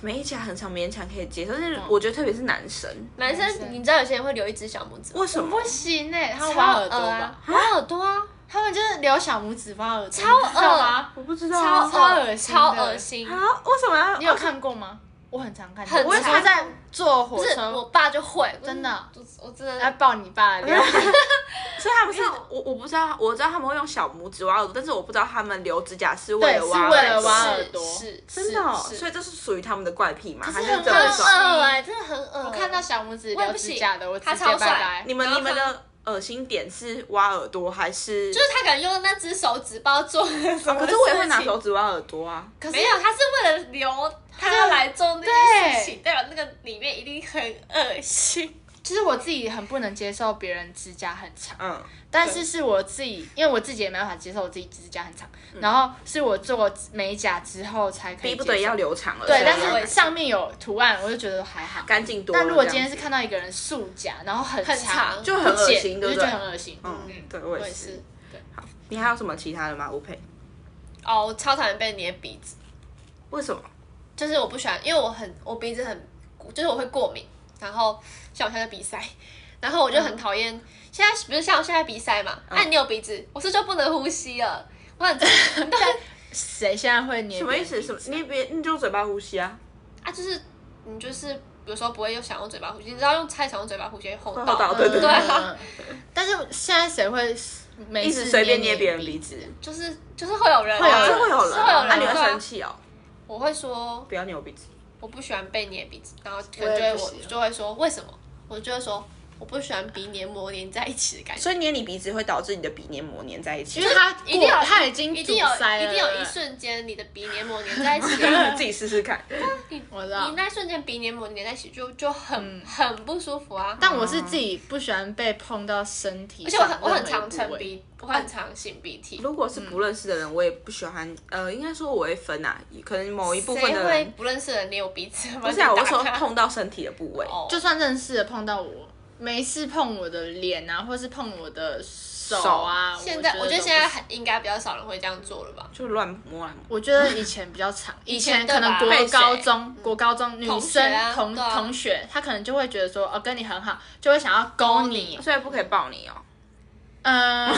A: 美甲很长，勉强可以接受，但
B: 嗯
A: 是我觉得特别是男生，
C: 男生，你知道有些人会留一只小拇指吗，
A: 为什么
B: 不？行哎、欸，他
C: 超
B: 挖耳朵
C: 恶
B: 吧
C: 啊？？挖耳朵啊，
B: 他们就是留小拇指挖耳朵，
C: 超
B: 你知道吗？
A: 我不知道
C: 超
A: 啊，
B: 超恶
C: 恶
B: 心的
C: 超恶心。
A: 啊，为什么要？
B: 你有看过吗？我很常看到，
C: 很
B: 我有时候
C: 常
B: 在坐
C: 不
B: 火
C: 是，
B: 车，
C: 我爸就会，
B: 真的啊
C: 我我真的
B: 来抱你爸的 脸，
A: 所以他们是我我不知道，我知道他们会用小拇指挖耳朵，但是我不知道他们留指甲是为
B: 对，
A: 了
B: 是
A: 挖
B: 为了
A: 耳朵
B: 挖
C: 是
B: 耳朵，
C: 是
A: 真的哦，
C: 是
A: 所以这是属于他们的怪癖吗？还
B: 是
A: 是
B: 很
A: 这么
B: 恶
A: 爽
B: 心？
C: 很恶哎，真的很恶。
B: 我看到小拇指
C: 我也
B: 留
C: 不行
B: 指甲的，我直
C: 他
B: 接
C: 超
B: 拜
C: 帅
B: 拜。
A: 你们
C: 然后
A: 你们的恶心点是挖耳朵还是？
C: 就是他可能用那只手指包做了什
A: 啊，
C: 么
A: 可是我也会拿
C: 事情
A: 手指挖耳朵啊。
B: 可是
C: 没有，他是为了留他来做那件事情，代表那个里面一定很恶心。
B: 其实我自己很不能接受别人指甲很长，
A: 嗯，
B: 但是是我自己，因为我自己也没办法接受我自己指甲很长，然后是我做美甲之后才可以
A: 逼不
B: 接
A: 得
B: 受
A: 要留长了。
B: 对，
A: 所以
B: 但
A: 我
B: 是
A: 也
B: 上面有图案，我就觉得还好。
A: 干净多了。
B: 但如果
A: 这
B: 今
A: 样
B: 天是看到一个人束甲，然后很
C: 很
B: 长
C: 长
A: 就很恶心，
B: 不
A: 对不
B: 剪我就觉
A: 对
B: 得？很恶心。
A: 嗯，对，
C: 我
A: 我也
C: 也
A: 是
C: 是。。
A: 你还有什么其他的吗？吴佩？
C: 哦，我超讨厌被捏鼻子，
A: 为什么？
C: 就是我不喜欢，因为我很我鼻子很，就是我会过敏。然后像我现在鼻塞，然后我就很讨厌。现在不是像我现在鼻塞嘛？那、你有鼻子，我是就不能呼吸了。我很 对
B: 谁现在会捏？
A: 什么意思？什么？你别，你就用嘴巴呼吸啊，
C: 啊，就是你就是比如说不会用想用嘴巴呼吸，你知道用太想用嘴巴呼吸会后
A: 会
C: 倒。
A: 后倒对
C: 对啊
B: 嗯但是现在谁会没
A: 一
B: 事
A: 直随便
B: 捏
A: 捏别人
B: 鼻
A: 鼻？子，
C: 就是就是会有人、
B: 会有
C: 啊，
B: 人
A: 这会有
C: 是
A: 人
C: 会有
A: 啊，
C: 人
A: 那你会
C: 对啊
A: 生气哦，
C: 我会说
A: 不要捏我鼻子。
C: 我不喜欢被捏鼻子，然后可
B: 我
C: 能就
B: 也
C: 会
B: 不
C: 我
B: 喜欢
C: 就会说为什么？我就会说我不喜欢鼻黏膜黏在一起的感觉，
A: 所以捏你鼻子会导致你的鼻黏膜粘在一起，
B: 因。为他
C: 一定有
B: 过他已经
C: 一定有
B: 阻塞了
C: 一定有一
B: 对
C: 瞬间你的鼻黏膜黏 在一起
A: 自己试试看。
B: 我知
C: 你
B: 道。
C: 那瞬间鼻黏膜黏在一起就就很、很不舒服啊。
B: 嗯但我是自己不喜欢被碰到身体
C: 而且
B: 上任何
C: 我很我
B: 一
C: 很
B: 部
C: 常擤
B: 位，
C: 鼻，我很常擤鼻涕。
A: 如果是不认识的人，我也不喜欢。呃，应该说我会分啊，可能某一部分
C: 谁
A: 的
C: 会
A: 人，
C: 不认识的人捏我鼻子吗？
A: 不是啊，我
C: 就打
A: 说
C: 他
A: 碰到身体的部位，
C: 哦，
B: 就算认识的碰到我，没事碰我的脸啊，或是碰我的手
A: 手
B: 啊。
C: 现在我
B: 我都
C: 觉得
B: 不
C: 现在
B: 行
C: 很应该比较少人会这样做了吧？
A: 就乱摸啊。
B: 我觉得以前比较 长，以前
C: 前
B: 可
C: 对
B: 能
C: 吧
B: 国
C: 被谁
B: 高中、国高中女
C: 同学
B: 生
C: 啊
B: 嗯同
C: 对啊
B: 同学，她可能就会觉得说，哦，跟你很好，就会想要勾你，
A: 所以不可以抱你哦。
B: 嗯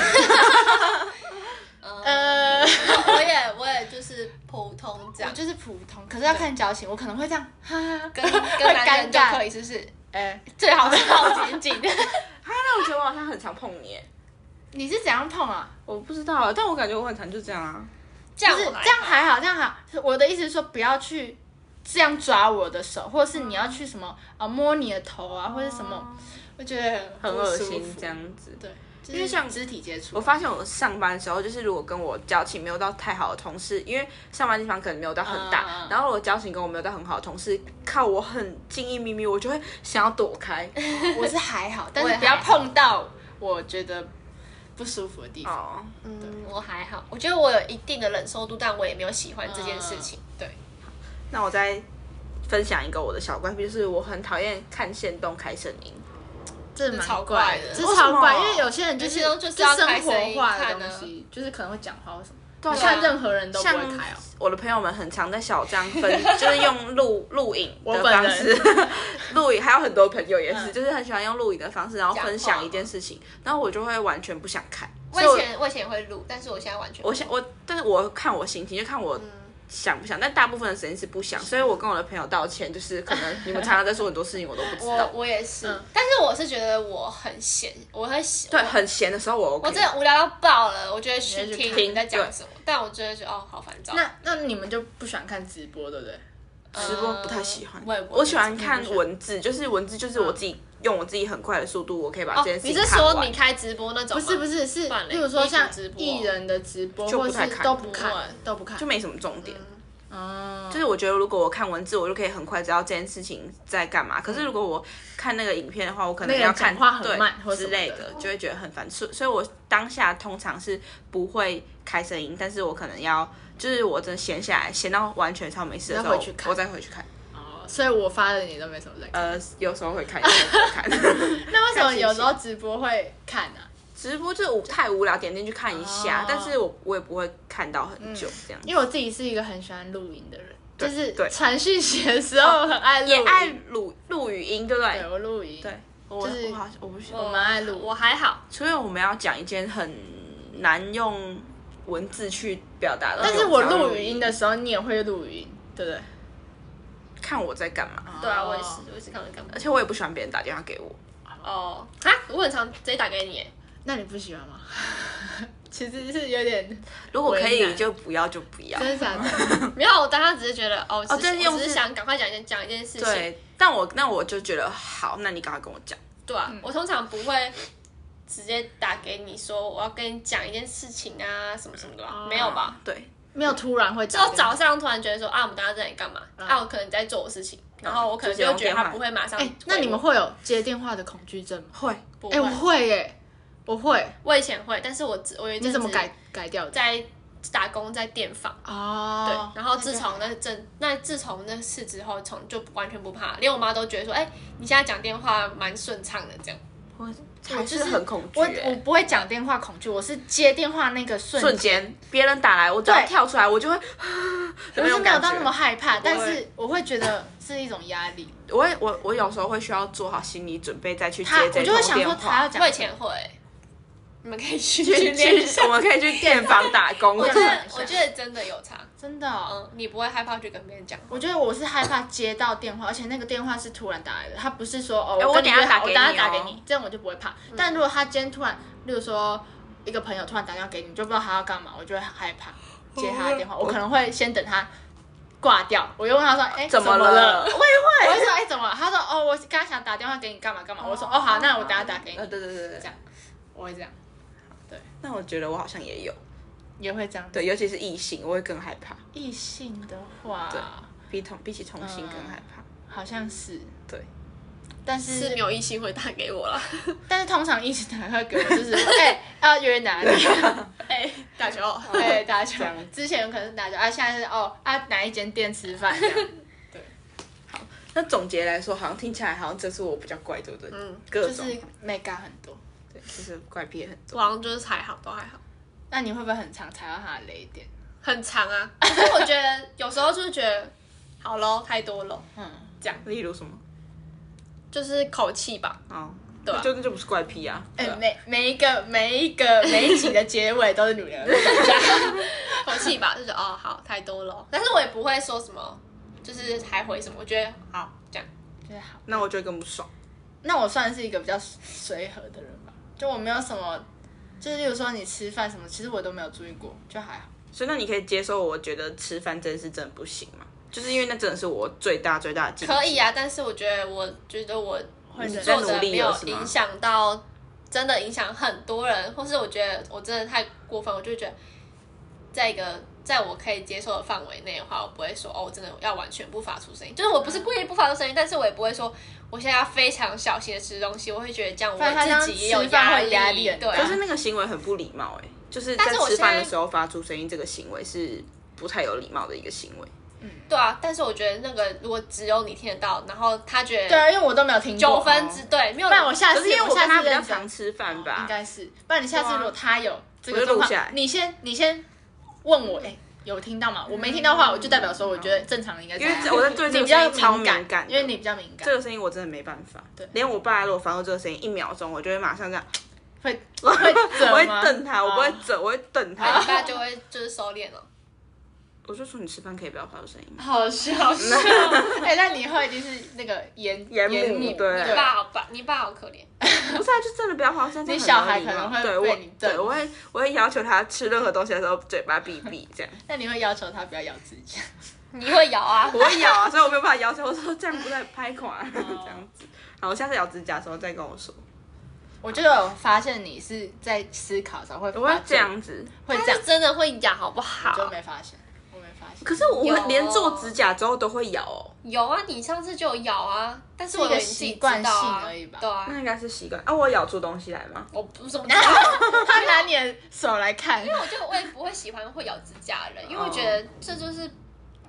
B: 呃，
C: 我我也我也就是普通这
B: 我
C: 样，
B: 就是普通，可是要看交情，我可能会这样，哈哈，
C: 跟跟男人就
B: 尴尬
C: 可以，是不是？
B: 哎，
C: 最好是靠紧 紧。
A: 那我觉得我好像很常碰你耶，
B: 你是怎样碰啊？
A: 我不知道啊，但我感觉我很常就这样啊。
C: 这样
B: 不是
C: 我
B: 这样还好，这样好。我的意思是说，不要去这样抓我的手，或者是你要去什么啊摸你的头啊，或者什么，我觉得
A: 很
B: 不
A: 恶
B: 舒
A: 心
B: 服
A: 这。样子。
B: 对，
A: 因为像
B: 肢体接触，
A: 我发现我上班的时候，就是如果跟我交情没有到太好的同事，因为上班地方可能没有到很大，
B: 嗯嗯嗯
A: 然后我交情跟我没有到很好的同事，靠我很近一咪咪，我就会想要躲开。
B: 我是还好，但
C: 我
B: 是
C: 也
B: 不要
C: 还好
B: 碰到我觉得不舒服的地方。
A: 哦，
C: 嗯，我还好，我觉得我有一定的忍受度，但我也没有喜欢这件事情。嗯对，
A: 那我再分享一个我的小怪癖，就是我很讨厌看线动开声音。
B: 这
C: 这
B: 蛮
C: 超
B: 怪
C: 怪的
B: 这
A: 为什
B: 超
A: 么
B: 怪，因为有些人就是
C: 有些人
B: 就
C: 就是是要
B: 生
C: 开声
B: 活
C: 音
B: 化的
C: 看
B: 东
C: 啊
B: 西，就是可能会讲话或什么，
A: 对
B: 你看任何人都不
A: 像
B: 会开哦。
A: 我的朋友们很常在小张分， 就是用录录影
B: 我
A: 的
B: 本
A: 方
B: 人
A: 式， 录影还有很多朋友也是，
B: 嗯
A: 就是很喜欢用录影的方式，然后
C: 讲话
A: 分享一件事情，然后我就会完全不想看。
C: 我
A: 所以
C: 以前我以前也会录，但是我现在完全嗯
A: 我想我，但是我看我心情，就看我想不想，但大部分的时间是不想。所以我跟我的朋友道歉，就是可能你们常常在说很多事情，我都不知
C: 我
A: 道。
C: 我也是，但是我是觉得我很闲，我很闲，
A: 对，
C: 我
A: 很闲的时候我 OK。
C: 我真的无聊到爆了，我就会
B: 你
C: 去
B: 就去
C: 听
A: 听
C: 你在
A: 对
C: 讲什么，但我就会觉得哦，好烦躁。
B: 那那你们就不喜欢看直播，对不对？
A: 直播不太喜欢，
C: 我也不
A: 我喜欢看文字，就是文字
B: 嗯
A: 就是我自己用我自己很快的速度，我可以把这件事
C: 你
A: 情
C: 是
A: 看完。
C: 说你开直播那种
B: 不
C: 吗？
B: 是不是是，
C: 然嘞
B: 例如说像
C: 艺人直播
B: 艺人的直播，
A: 就
B: 或
A: 不
B: 是
A: 太看
B: 都不
C: 不会
B: 看，都不看
A: 就。没什么重点？
B: 嗯，
A: 就是我觉得如果我看文字，我就可以很快知道这件事情在干嘛。可是如果我看那个影片的话，我可能
B: 嗯那个人
A: 要看
B: 讲话很
A: 对
B: 慢或什
A: 之
B: 么
A: 类
B: 的
A: 的，就会觉得很烦。所以所以，我当下通常是不会开声音，但是我可能要就是我真的闲下来，闲到完全超没事的时候，
B: 再回去看
A: 我再回去看。
B: 哦所以我发的你都没什么在看。
A: 呃，有时候会看，有时候不会看。
B: 那为什
A: 看
B: 么
A: 心情
B: 有时候直播会看啊？
A: 直播就无太无聊，点进去看一下，
B: 哦嗯
A: 但是我我也不会看到很久这样。
B: 因为我自己是一个很喜欢录影的人，就
A: 对
B: 是
A: 对
B: 传讯息的时候很爱录
A: 也
B: 影，
A: 爱录录语音，对不对
B: 对？我录影，
A: 对，我
B: 就是
A: 我好像我不是，
B: 我蛮爱录
C: 我还好，
A: 除非我们要讲一件很难用文字去表达的，
B: 但是我录语
A: 语
B: 音的时候，你也会录语音，对不对？
A: 看我在干嘛，
C: 对啊，
B: 哦
C: 我也是，我也是看人干嘛
A: 而。且我也不喜欢别人打电话给我，
C: 哦，啊，我很常直接打给你耶，
B: 那你不喜欢吗？ 其实是有点
A: 如果可
B: 为
A: 以
B: 难
A: 就不要就不要，
B: 真傻的，
C: 没有，我当时只是觉得哦，我只
A: 对
C: 是
A: 用
C: 我只是
A: 是
C: 想赶快讲一件讲一件事情，
A: 对。但我那我就觉得好，那你赶快跟我讲，
C: 对啊，我通常不会直接打给你说我要跟你讲一件事情啊什么什么的吧，没有吧？
A: 对，
B: 没有突然会
C: 就
B: 打给你
C: 早上突然觉得说啊，我们大家在里干嘛？
B: 嗯
C: 啊，我可能在做我事情，然后我可能就会觉得他不会马上回
B: 哎
C: 我。，
B: 那你们会有接电话的恐惧症吗？
A: 会
C: 不
B: 哎，我
C: 会？
B: 会耶，我会。
C: 我以前会，但是我只我有一阵
B: 你
C: 子
B: 怎么改改掉的？
C: 在打工在电访。对
B: 哦，，
C: 然后自从那阵，那自从那次之后，从就完全不怕，连我妈都觉得说，哎、你现在讲电话蛮顺畅的这样。
A: 我还
C: 就是
A: 是很恐惧
B: 我
A: 欸，
B: 我不会讲电话恐惧，我是接电话那个
A: 瞬
B: 瞬间，
A: 间别人打来，我只要
B: 对
A: 跳出来，我就会，
B: 我是
A: 种
B: 没有
A: 感
B: 到那么
A: 觉。
B: 害怕，但
A: 我会
B: 是我会觉得是一种压力。
A: 我也我我有时候会需要做好心理准备再去接
B: 他
A: 这
B: 我就会
A: 通
B: 想
A: 电
B: 说他要
A: 话。
B: 讲
C: 我以前会，你们可以去
A: 去
C: 去练一
A: 去，
C: 下
A: 我。们可以去电访打工。
C: 我觉
B: 这样
C: 得
B: 一，下
C: 我觉得真的有差。
B: 真的哦、
C: 嗯，你不会害怕去跟别人讲话。
B: 我觉得我是害怕接到电话，而且那个电话是突然打来的，他不是说哦，
A: 哎我
B: 跟你
A: 等下
B: 约好
A: 打给
B: 我等下
A: 你
B: 打
A: 哦嗯
B: 给你，这样我就不会怕。但如果他今天突然，例如说一个朋友突然打电话给你，你就不知道他要干嘛，我就会很害怕接他的电
A: 哦
B: 话，我可能会先等他挂掉，我就问他说，哎、
A: 怎么
B: 么
A: 了
B: 我也会，我会说，哎、怎么了？他说，哦，我刚刚想打电话给你干嘛干嘛，我说，哦，好，那我等下打给你，
A: 呃，对对对对
B: 这
A: 对。
B: 样，我会这样，
A: 那我觉得我好像也有，
B: 也会这样。
A: 对，尤其是异性，我会更害怕，
B: 异性的话，
A: 对比同比起同
B: 嗯
A: 性更害怕。
B: 好像是
A: 对，
B: 但是
C: 是没有异性会打给我了，
B: 但是通常一起打电话给我就是， 哎、要约哪里？
C: 哎、打球，
B: 对， 打球
A: 这样。
B: 之前有可能是打球，啊，现在是哦，啊，哪一间店吃饭？这样
A: 那总结来说，好像听起来好像这是我比较怪，对不对？
C: 嗯，
A: 各
B: 就
A: 种
B: 是 mega 很多。
A: 对，就是怪癖也很
C: 我
A: 多。
C: 好像就是还好，都还好，
B: 那你会不会很常踩到他的雷点？
C: 很长啊。 可是我觉得有时候就是觉得，好咯，太多咯，
B: 嗯，
A: 例如什么？
C: 就是口气吧。
A: 哦，
C: 对啊
A: 就那就不是怪癖啊。
B: 哎、
A: 对啊
B: 每每一个每一 个每一集的结尾都是女人。
C: 口气吧，就是哦好太多了，但是我也不会说什么，就是还回什么，我觉得好这样，
B: 就是好，
A: 那我就会更不爽。
B: 那我算是一个比较随和的人吧，就我没有什么，就是例如说你吃饭什么，其实我都没有注意过，就还好。
A: 所以那你可以接受，我觉得吃饭真是真的不行嘛？就是因为那真的是我最大最大的禁忌。
C: 可以啊，但是我觉得我觉得我
B: 会忍
C: 做
A: 在
C: 的
A: 努力
C: 没
A: 了
C: 有
A: 是吗
C: 影响到，真的影响很多人，或是我觉得我真的太过分，我就觉得在一个在我可以接受的范围内的话，我不会说哦我真的要完全不发出声音，就是我不是故意不发出声音，但是我也不会说我现在要非常小心的吃东西，我会觉得这样
B: 反正他
C: 我自己也
B: 这样
C: 有
B: 吃饭会
C: 压
B: 压
C: 力，
B: 力很
C: 对
B: 大
A: 可
C: 啊，
A: 是那个行为很不礼貌哎、就是
C: 但
A: 在
C: 是我
A: 吃饭的
C: 现在
A: 时候发出声音这个行为是不太有礼貌的一个行为。
B: 嗯
C: 对啊，但是我觉得那个如果只有你听得到，然后他觉得
B: 对啊，因为我都没有听过。
C: 九分之对，没有
B: 不然我下
A: 可
B: 次
A: 是因为我
B: 下
A: 跟
B: 次
A: 他比较
B: 认真
A: 常吃饭吧
B: 应，该是，不然你下次
A: 对啊
B: 如果他有这
A: 我
B: 个
A: 就
B: 状
A: 录下来嗯
B: 况，你先你先问我，哎、有听到吗？我没听到的话，我就代表说，我觉得正常应该是
A: 因
B: 这
A: 为
B: 样。
A: 我在对这
B: 你
A: 个
B: 比较
A: 声音超
B: 敏
A: 敏
B: 感，
A: 感的，
B: 因为你比较敏感，
A: 这个声音我真的没办法。
B: 对
A: 连我爸如果发出这个声音一秒钟，我就会马上这样，
B: 会
A: 我
B: 会
A: 我
B: 折
A: 会
B: 吗
A: 瞪他，我不会
B: 哦
A: 整，我会瞪
C: 然后
A: 他
C: 你。爸就会就是收敛了。
A: 我就说你吃饭可以不要发出声音吗？
B: 好笑笑。哎、那你以后一定是那个严
A: 严母
B: 母
A: 对
C: 你爸好爸，你爸好可怜。
A: 不是啊，就真的不要发出声音。
B: 你
A: 这
B: 小
A: 样很
B: 孩
A: 没礼貌
B: 可能会
A: 对
B: 被
A: 我
B: 你
A: 对
B: 瞪
A: 我会我会要求他吃任何东西的时候嘴巴闭闭这 样。
B: 那你会要求他不要咬指甲？
C: 你会咬 啊？
A: 我会咬啊，所以我没有办法要求。我说这样不在拍垮、这样子。然后下次咬指甲的时候再跟我说，
B: 我就有发现你是在思考的时候会，
A: 我会这，样子。
B: 会这
C: 这
B: 样
C: 样，真的会咬好不
B: 我
C: 好？
B: 就没发现，我没发现。
A: 可是我
C: 有
A: 连做指甲之后都会咬哦，
C: 有啊，你上次就有咬啊，但
B: 是
C: 是
B: 一
C: 我
B: 个
C: 以为你自己
B: 习惯
C: 知道啊
B: 性而已吧
C: 对
A: 那
C: 啊，
A: 应该是习惯啊。我咬出东西来吗？
C: 我不怎么知道，
B: 他拿你的手来看，
C: 因为我就我也不会喜欢会咬指甲的人，因为我觉得这就是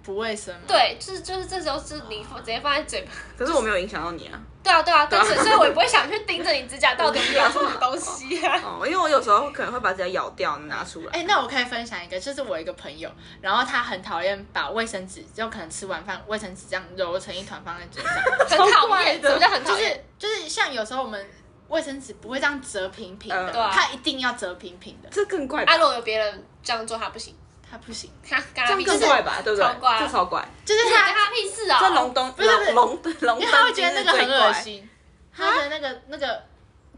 B: 不卫生吗？
C: 对，就是就是这时候是你直接放在嘴巴。
A: 可是我没有影响到你啊。
C: 对啊，对啊，但是所以我也不会想去盯着你指甲到底有没有咬出什么东西啊。
A: 哦，因为我有时候可能会把指甲咬掉拿出来。
B: 哎、那我可以分享一个，就是我一个朋友，然后他很讨厌把卫生纸，就可能吃完饭卫生纸这样揉成一团放在嘴上，
C: 很
A: 超
C: 讨
A: 怪
C: 厌，
A: 的
C: 什么叫很
B: 就
C: 讨
B: 是
C: 厌？
B: 就是像有时候我们卫生纸不会这样折平平的，
A: 嗯对
C: 啊
B: 他一定要折平平的，
A: 这更怪吧
B: 啊
C: 阿，啊罗有别人这样做，他不行，
B: 他不行，
C: 他跟
A: 这
C: 他
A: 样
C: 屁
A: 更
C: 事，
A: 怪吧，对不对
C: 超？怪
A: 这超怪，
B: 就是
C: 跟
B: 他，
C: 他屁事啊！
A: 这龙灯
B: 是啊不是
A: 龙龙灯龙灯，
B: 因为他会觉得那个很恶。心，他的那个那个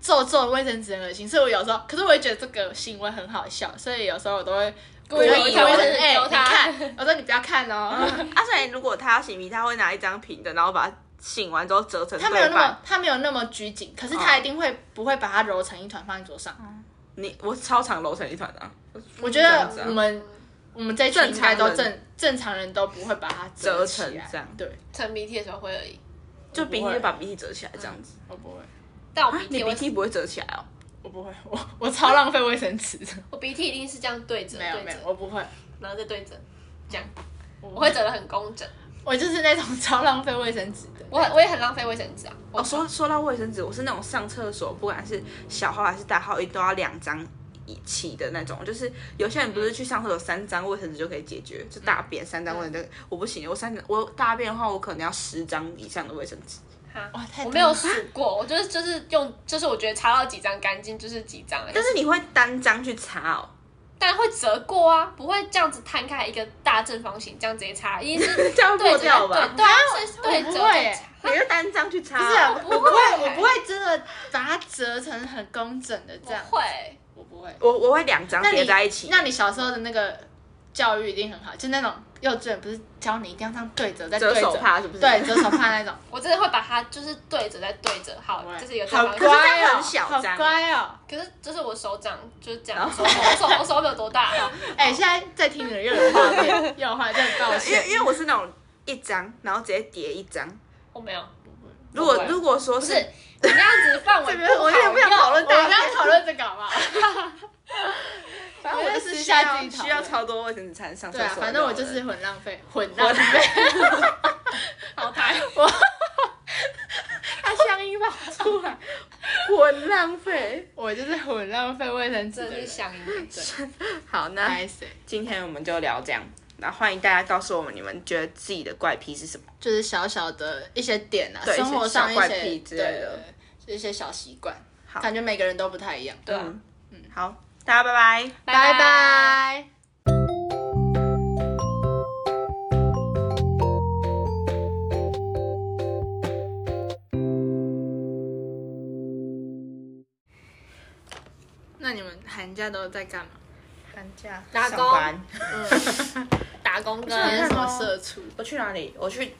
B: 皱皱的卫生纸很恶心，所以我有时候，可是我也觉得这个行为很好笑，所以有时候我都会故意
A: 意
B: 卫
A: 把
B: 生
A: 卫
C: 生
B: 纸
C: 纸
B: 哎，
C: 丢
B: 你
C: 他
B: 看，我说你不要看哦。
A: 啊，所以如果他要擤鼻涕，他会拿一张平的，然后把它擤完之后折成
B: 他没有
A: 对
B: 那么
A: 半。
B: 他没有那么拘谨，可是他一定会、不会把它揉成一团放在桌
A: 哦
B: 上。
A: 你我超常揉成一团的啊。
B: 我觉
A: 这样子
B: 得
A: 啊
B: 我们我们这一群应该都
A: 正常
B: 正正常人都不会把它起来
A: 折成这样
B: 对，
C: 擤鼻涕的时候会而已，
A: 就鼻涕
B: 我不会嗯
A: 就把鼻涕折起来这样子。
B: 我不会，
C: 但我
A: 啊
C: 鼻，
A: 你鼻
C: 涕会，
A: 涕不会折起来哦？
B: 我不会，我 我超浪费卫生纸的。
C: 我鼻涕一定是这样对折，
B: 没有
C: 对
B: 没有，
C: 折，
B: 我嗯不会，
C: 然后再对折，这样
B: 我
C: 我会折得很工整。
B: 我就是那种超浪费卫生纸的。
C: 我很我也很浪费卫生纸啊，
A: 哦，
C: 我
A: 说说到卫生纸，我是那种上厕所不管是小号还是大号，一定都要两张一起的那种。就是有些人不是去上厕所三张卫生纸就可以解决，就大便三张卫生
B: 嗯
A: 纸，我不行，我三张我大便的话，我可能要十张以上的卫生纸。
C: 哈
B: 哇哦太多了
C: 我没有数过，我就是就是用，就是我觉得擦到几张干净就是几张而已，
A: 但是你会单张去擦哦，
C: 但会折过啊，不会这样子摊开一个大正方形这样直接擦，一 定是
A: 这样会
C: 对
A: 破
C: 折
A: 掉吧？
C: 对对啊，是对
B: 我
C: 折
B: 不
C: 再
B: 会
C: 擦
A: 你就单张去擦
B: 不是啊，
A: 哦、
B: 我
C: 不
B: 不会，
C: 会
B: 我不会真的把它折成很工整的这样。
C: 我会，
B: 我不会。
A: 我我会两张
B: 那
A: 叠
B: 你
A: 在一起。
B: 那你小时候的那个教育一定很好，就那种幼稚园不是教你一定要这样对折再对
A: 折
B: 折，
A: 手帕是不是？
B: 对，折手帕那种。
C: 我真的会把它就是对折再对折，好，这是一个正
B: 好
C: 方
A: 可
B: 乖
A: 是
C: 形。
A: 它
B: 哦，
A: 很小
B: 好
A: 张
B: 乖哦。
C: 可是这是我手掌，就是这样，手我手我手没有多大啊，
B: 哎、现在在听的又有画面， 又有画面，很抱
A: 因为
B: 歉。
A: 因为我是那种一张，然后直接叠一张。
C: 我没有，
A: 如果
C: 不会
A: 如果说
C: 不
A: 是
C: 是你那样子范
A: 这
C: 围不
A: 边
C: 好
A: 我有点不想讨
B: 我
A: 论
B: 们不
A: 大便
B: 要讨论这个好不好？
A: 反正我就是需
B: 我
A: 要
B: 们私下自己讨论
A: 需要超多卫生纸才能上厕
B: 对
A: 所
B: 啊
A: 的人。，
B: 反正我就是混浪费，混浪费。
C: 好 台，
B: 他乡音跑出来，
A: 混浪费。
B: 我就是混浪费卫生纸
C: 真
B: 的
C: 的是
B: 人。
C: 想赢。
A: 好，那
B: 拍谁？
A: 今天我们就聊这样。那欢迎大家告诉我们你们觉得自己的怪癖是什么？
B: 就是小小的一些点啊，
A: 对
B: 生活上
A: 一
B: 一
A: 些小怪癖
B: 些
A: 之类的
B: 对，就一些小习惯
A: 好，
B: 感觉每个人都不太一样。
C: 对啊，
A: 嗯嗯，好，大家拜拜。
B: 拜拜。那你们寒假都在干嘛？
A: 寒假
C: 打
A: 上
C: 工
A: 班。
C: 打工
A: 我想看
B: 你是
C: 跟
B: 什么社畜？
A: 我去哪里？我去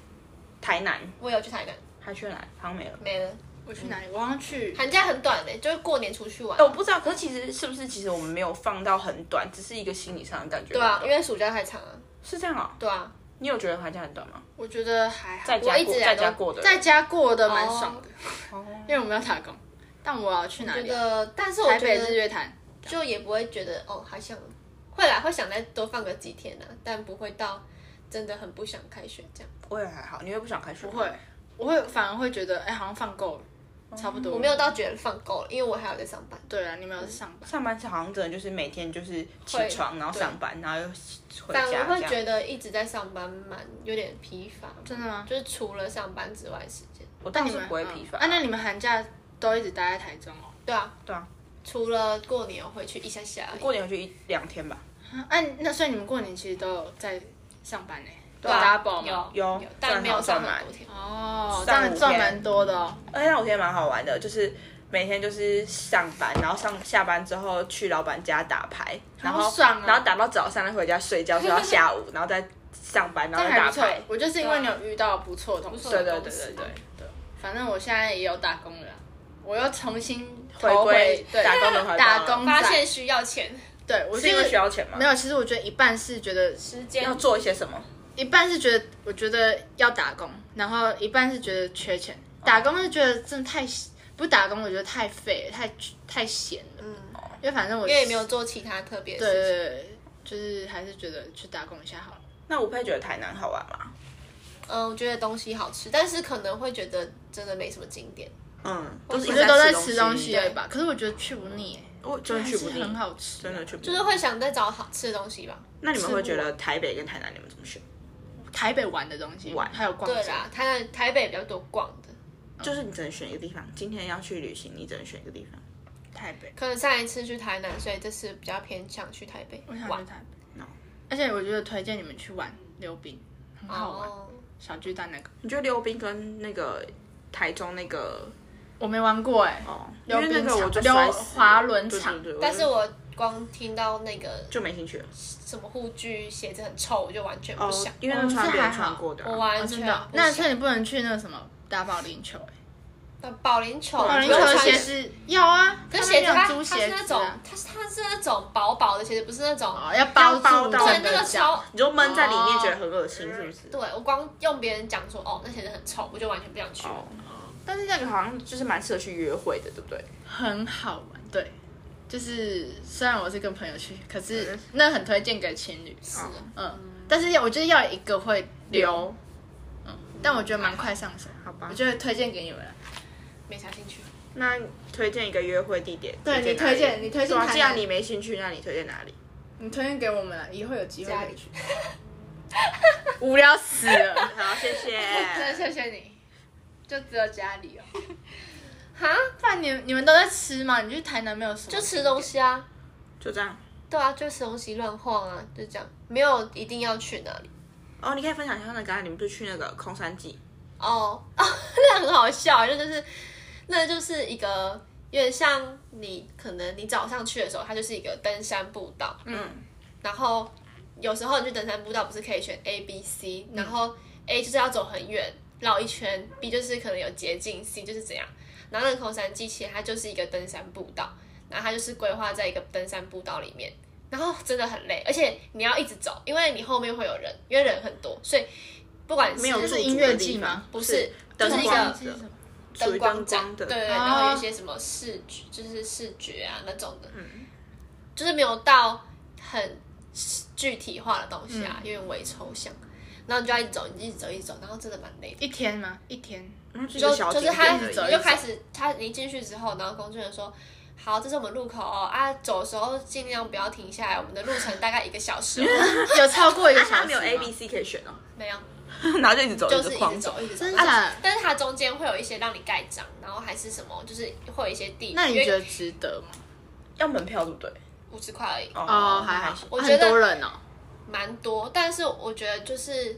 A: 台南，
C: 我有去台南，
A: 还去哪？好像没了。
C: 没了。
B: 我去哪里？我好像去
C: 寒假很短的、就是过年出去玩
A: 哎，。我不知道，可是其实是不是其实我们没有放到很短，只是一个心理上的感觉。
C: 对啊，因为暑假太长了。
A: 是这样哦。
C: 对啊，
A: 你有觉得寒假很短吗？
B: 我觉得还好，
A: 在家
C: 我一
A: 过，
C: 直以
A: 在
C: 来都
A: 家过的人，
B: 在家过得蛮爽的，
A: 哦
B: 因为我们要打工。但我要去哪
C: 觉
B: 里？
C: 得，呃但是我
B: 台
C: 觉
B: 北日
C: 得
B: 月潭。
C: 就也不会觉得哦，还想会啦，会想再多放个几天啦，但不会到真的很不想开学这样。
A: 我也还好。你会不想开学？
B: 不会，我会反而会觉得，哎、好像放够了，差不多。
C: 我没有到觉得放够了，因为我还有在上班。
B: 对啊，你们有上班。
A: 上班是好像真的就是每天就是起
C: 会
A: 床，然后
C: 对
A: 上班，然后又回
C: 但
A: 家
C: 我会
A: 这样。
C: 觉得一直在上班蛮有点疲乏，
B: 真的吗？
C: 就是除了上班之外的时间。
A: 我
B: 那
A: 倒
B: 你
A: 是
B: 们
A: 不会疲乏
B: 啊？那你们寒假都一直待在台中哦？
C: 对啊，
A: 对啊，
C: 除了过年我回去一下下而已。
A: 过年回去一两天吧。
B: 啊，那所以你们过年其实都有在上班呢、
A: 对啊
B: double 吗？
A: 有
C: 有，但没有上
A: 赚好赚
C: 很多天。
B: 哦，这
A: 上哎
B: 样
A: 五
B: 赚
A: 天
B: 蛮多的哦。
A: 而且那五天蛮好玩的，就是每天就是上班，然后上下班之后去老板家打牌，然后、
B: 好爽哦
A: 然后打到早上，再回家睡觉，睡到下午，然后再上班，然后再
B: 但还
A: 打
B: 不错
A: 牌，。
B: 我就是因为你有遇到不错的同事，
A: 对对对对对对，
B: 反正我现在也有打工了啦，我又重新
A: 回
B: 投
A: 归
B: 对
A: 打工的回归
B: 打工
C: 发
B: 仔
C: 现需要钱，
B: 对我
A: 是因为需要钱吗？
B: 没有，其实我觉得一半是觉得，
C: 时间
A: 要做一些什么？
B: 一半是觉得我觉得要打工，然后一半是觉得缺钱。打工是觉得真的太不打工，我觉得太废了，太太闲了。
C: 嗯，
B: 因为反正我
C: 因为也没有做其他特别的
B: 对对
C: 事情。
B: 对，对就是还是觉得去打工一下好了。
A: 那吴佩觉得台南好玩吗？
C: 嗯，我觉得东西好吃，但是可能会觉得真的没什么景点。
A: 嗯，都是
B: 我
A: 一
B: 觉
A: 直
B: 得都在
A: 吃
B: 吃东西
A: 对
B: 而已吧，可是我觉得去不腻、欸，
A: 我真的去不
B: 还是
A: 腻，
B: 很好吃
A: 真的去不腻。
C: 就是会想再找好吃的东西吧。
A: 那你们会觉
C: 吃
A: 得
C: 不
A: 台北跟台南你们怎么选？
B: 台北玩的东西，
A: 玩
B: 还有逛
C: 对
B: 街，
C: 啦，台南台北比较多逛的，
A: 就是你只能选一个地方，今天要去旅行，你只能选一个地方。
B: 台北，
C: 可能上一次去台南，所以这次比较偏向去台北
B: 我想去
C: 玩。
B: 台北
A: No。
B: 而且我觉得推荐你们去玩溜冰，很好玩，
C: 哦，
B: 小巨蛋那个
A: 你觉得溜冰跟那个台中那个
B: 我没玩过哎、
A: 哦，因
B: 溜
A: 为
B: 冰
A: 那个我就
B: 场
A: 摔死了
B: 溜滑轮
A: 对对
B: 场
A: 对我就
C: 但是我光听到那个
A: 就没兴趣了。
C: 什么护具、鞋子很臭，我就完全不想。
A: 因为那
B: 哦
A: 穿
B: 这
A: 别人
B: 还好
A: 穿过的啊、
C: 我完
B: 哦
C: 全
B: 真
C: 不
B: 的
C: 想
B: 哦。那所以你不能去那个什么打保龄球哎、
C: 那保龄球，
A: 保
B: 保
A: 龄球
B: 龄球
A: 的
B: 的
A: 鞋
B: 鞋
A: 子
B: 子要啊，
C: 可是鞋子啊
B: 他们有
C: 它它
B: 租
C: 是
B: 鞋
C: 那
B: 子
C: 种
B: 啊，
C: 它是它是那种薄薄的鞋子，不是那种
B: 哦要包
A: 包
B: 住
A: 到
C: 对
B: 整
C: 那个
B: 脚
C: 超。
A: 你就闷在里面，
B: 哦
A: 觉得很恶心，是不是？
C: 对我光用别人讲说哦那鞋子很臭，我就完全不想去。
A: 哦，但是那个好像就是蛮适合去约会的，对不对？
B: 很好玩，对。就是虽然我是跟朋友去，可是那很推荐给情侣，
C: 是的，
B: 嗯，但是要我觉得要有一个会溜，
A: 有，
B: 但我觉得蛮快上手，
A: 好吧
B: 我。就会推荐给你们了。
C: 没啥兴趣。
A: 那推荐一个约会地点，
B: 对
A: 哪里
B: 你推荐你推荐
A: 对啊
B: 台南
A: 既然你没兴趣，那你推荐 哪里？
B: 你推荐给我们了，以后有机会
C: 家
B: 可以
C: 里
B: 去。无聊死了，
A: 好，谢谢。
B: 真的谢谢你，就只有家里哦。
C: 哈，
B: 不然你你们都在吃吗？你去台南没有什么？
C: 就吃东。西啊，
A: 就这样。
C: 对啊，就吃东西乱晃啊，就这样，没有一定要去哪里。
A: 哦，你可以分享一下那个，你们不是去那个空山记？
C: 哦， 哦，那很好笑，那就是那就是一个有点像你可能你早上去的时候，它就是一个登山步道，
A: 嗯，
C: 然后有时候你去登山步道不是可以选 A、B、C，然
A: 嗯
C: 后 A 就是要走很远绕一圈，B 就是可能有捷径，C 就是怎样。然后那个空山记其实它就是一个登山步道，然后它就是规划在一个登山步道里面，然后真的很累，而且你要一直走，因为你后面会有人，因为人很多，所以不管是
A: 没有
B: 这
A: 驻
B: 是
A: 足
B: 音乐
A: 的地
B: 季
A: 方
B: 吗
C: 不是
A: 灯
C: 就是一
A: 光
C: 个
A: 的属于
C: 灯
A: 灯
C: 光
A: 光
C: 展，
A: 的，
C: 对对对，
B: 哦
C: 然后有一些什么视觉，就是视觉啊那种的，就是没有到很具体化的东西啊，有点微抽象。然后你就要一直走，一直走，一直走，然后真的蛮累的。
B: 一天吗？一天。
A: 然后就
C: 就
A: 小
C: 就是
A: 景
C: 他
A: 点而已
B: 走
C: 就开始，他一进去之后，然后工作人员说：“好，这是我们路口哦，啊，走的时候尽量不要停下来，我们的路程大概一个小时、哦。
B: 有超过一个
A: 啊
B: 小时
A: 他
B: 吗
A: 没有 A、B、C 可以选哦，”
C: 没有，
A: 然后就一直走，
C: 就是
A: 直
C: 一
A: 狂
C: 直
A: 走。
C: 走，一直走。
B: 真的
C: 而且
B: 假的
C: 但是它中间会有一些让你盖章，然后还是什么，就是会有一些地。
B: 那你觉
C: 因为
B: 得值得吗？
A: 要门票对不对？
C: 五十块而已？
B: 哦，还好
A: 行，
C: 我觉
B: 很
C: 得
B: 多人哦。
C: 蛮多，但是我觉得就是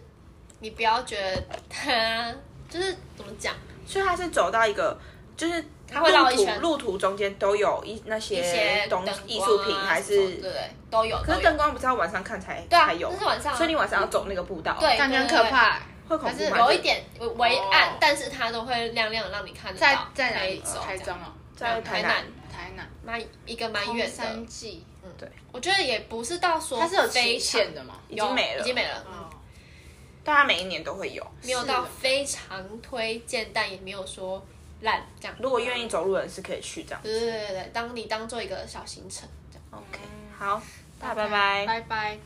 C: 你不要觉得它就是怎么讲，
A: 所以他是走到一个，就是
C: 它会绕一
A: 路
C: 圈
A: 途路途中间都有一那
C: 一些
A: 些东
C: 灯
A: 艺
C: 光
A: 术
C: 啊
A: 品，还
C: 什么
A: 是
C: 对对对都有，
A: 可
C: 都
A: 是
C: 有
A: 灯光不是要晚上看才
C: 对啊
A: 才有，
C: 那是晚上啊
A: 所以你晚上要走那个步道，
C: 对
B: 感觉很可怕欸。
A: 会恐
B: 还
A: 怖
B: 是
A: 吗？
C: 有一点微暗，
B: 哦
C: 但是它都会亮亮的让你看得
B: 在
C: 到。
B: 在哪
C: 可
B: 里
C: 以走？
B: 台
C: 这
B: 中
C: 样
B: 哦，
A: 在台
C: 台
A: 南
C: 南，
B: 台南。
C: 蛮一个蛮远的
B: 三，季，
C: 我觉得也不是到
B: 嗯
C: 说
B: 它是有
C: 非
B: 期
C: 常
B: 限的吗？
A: 已经没了嗯
C: 已经没了，
B: 哦，
A: 但它每一年都会有。
C: 没有到非常推荐，但也没有说烂这样。
A: 如果愿意走路的人是可以去这样。
C: 对，对对对对，当你当做一个小行程这样。
A: OK，好，大家拜拜。
B: 拜拜。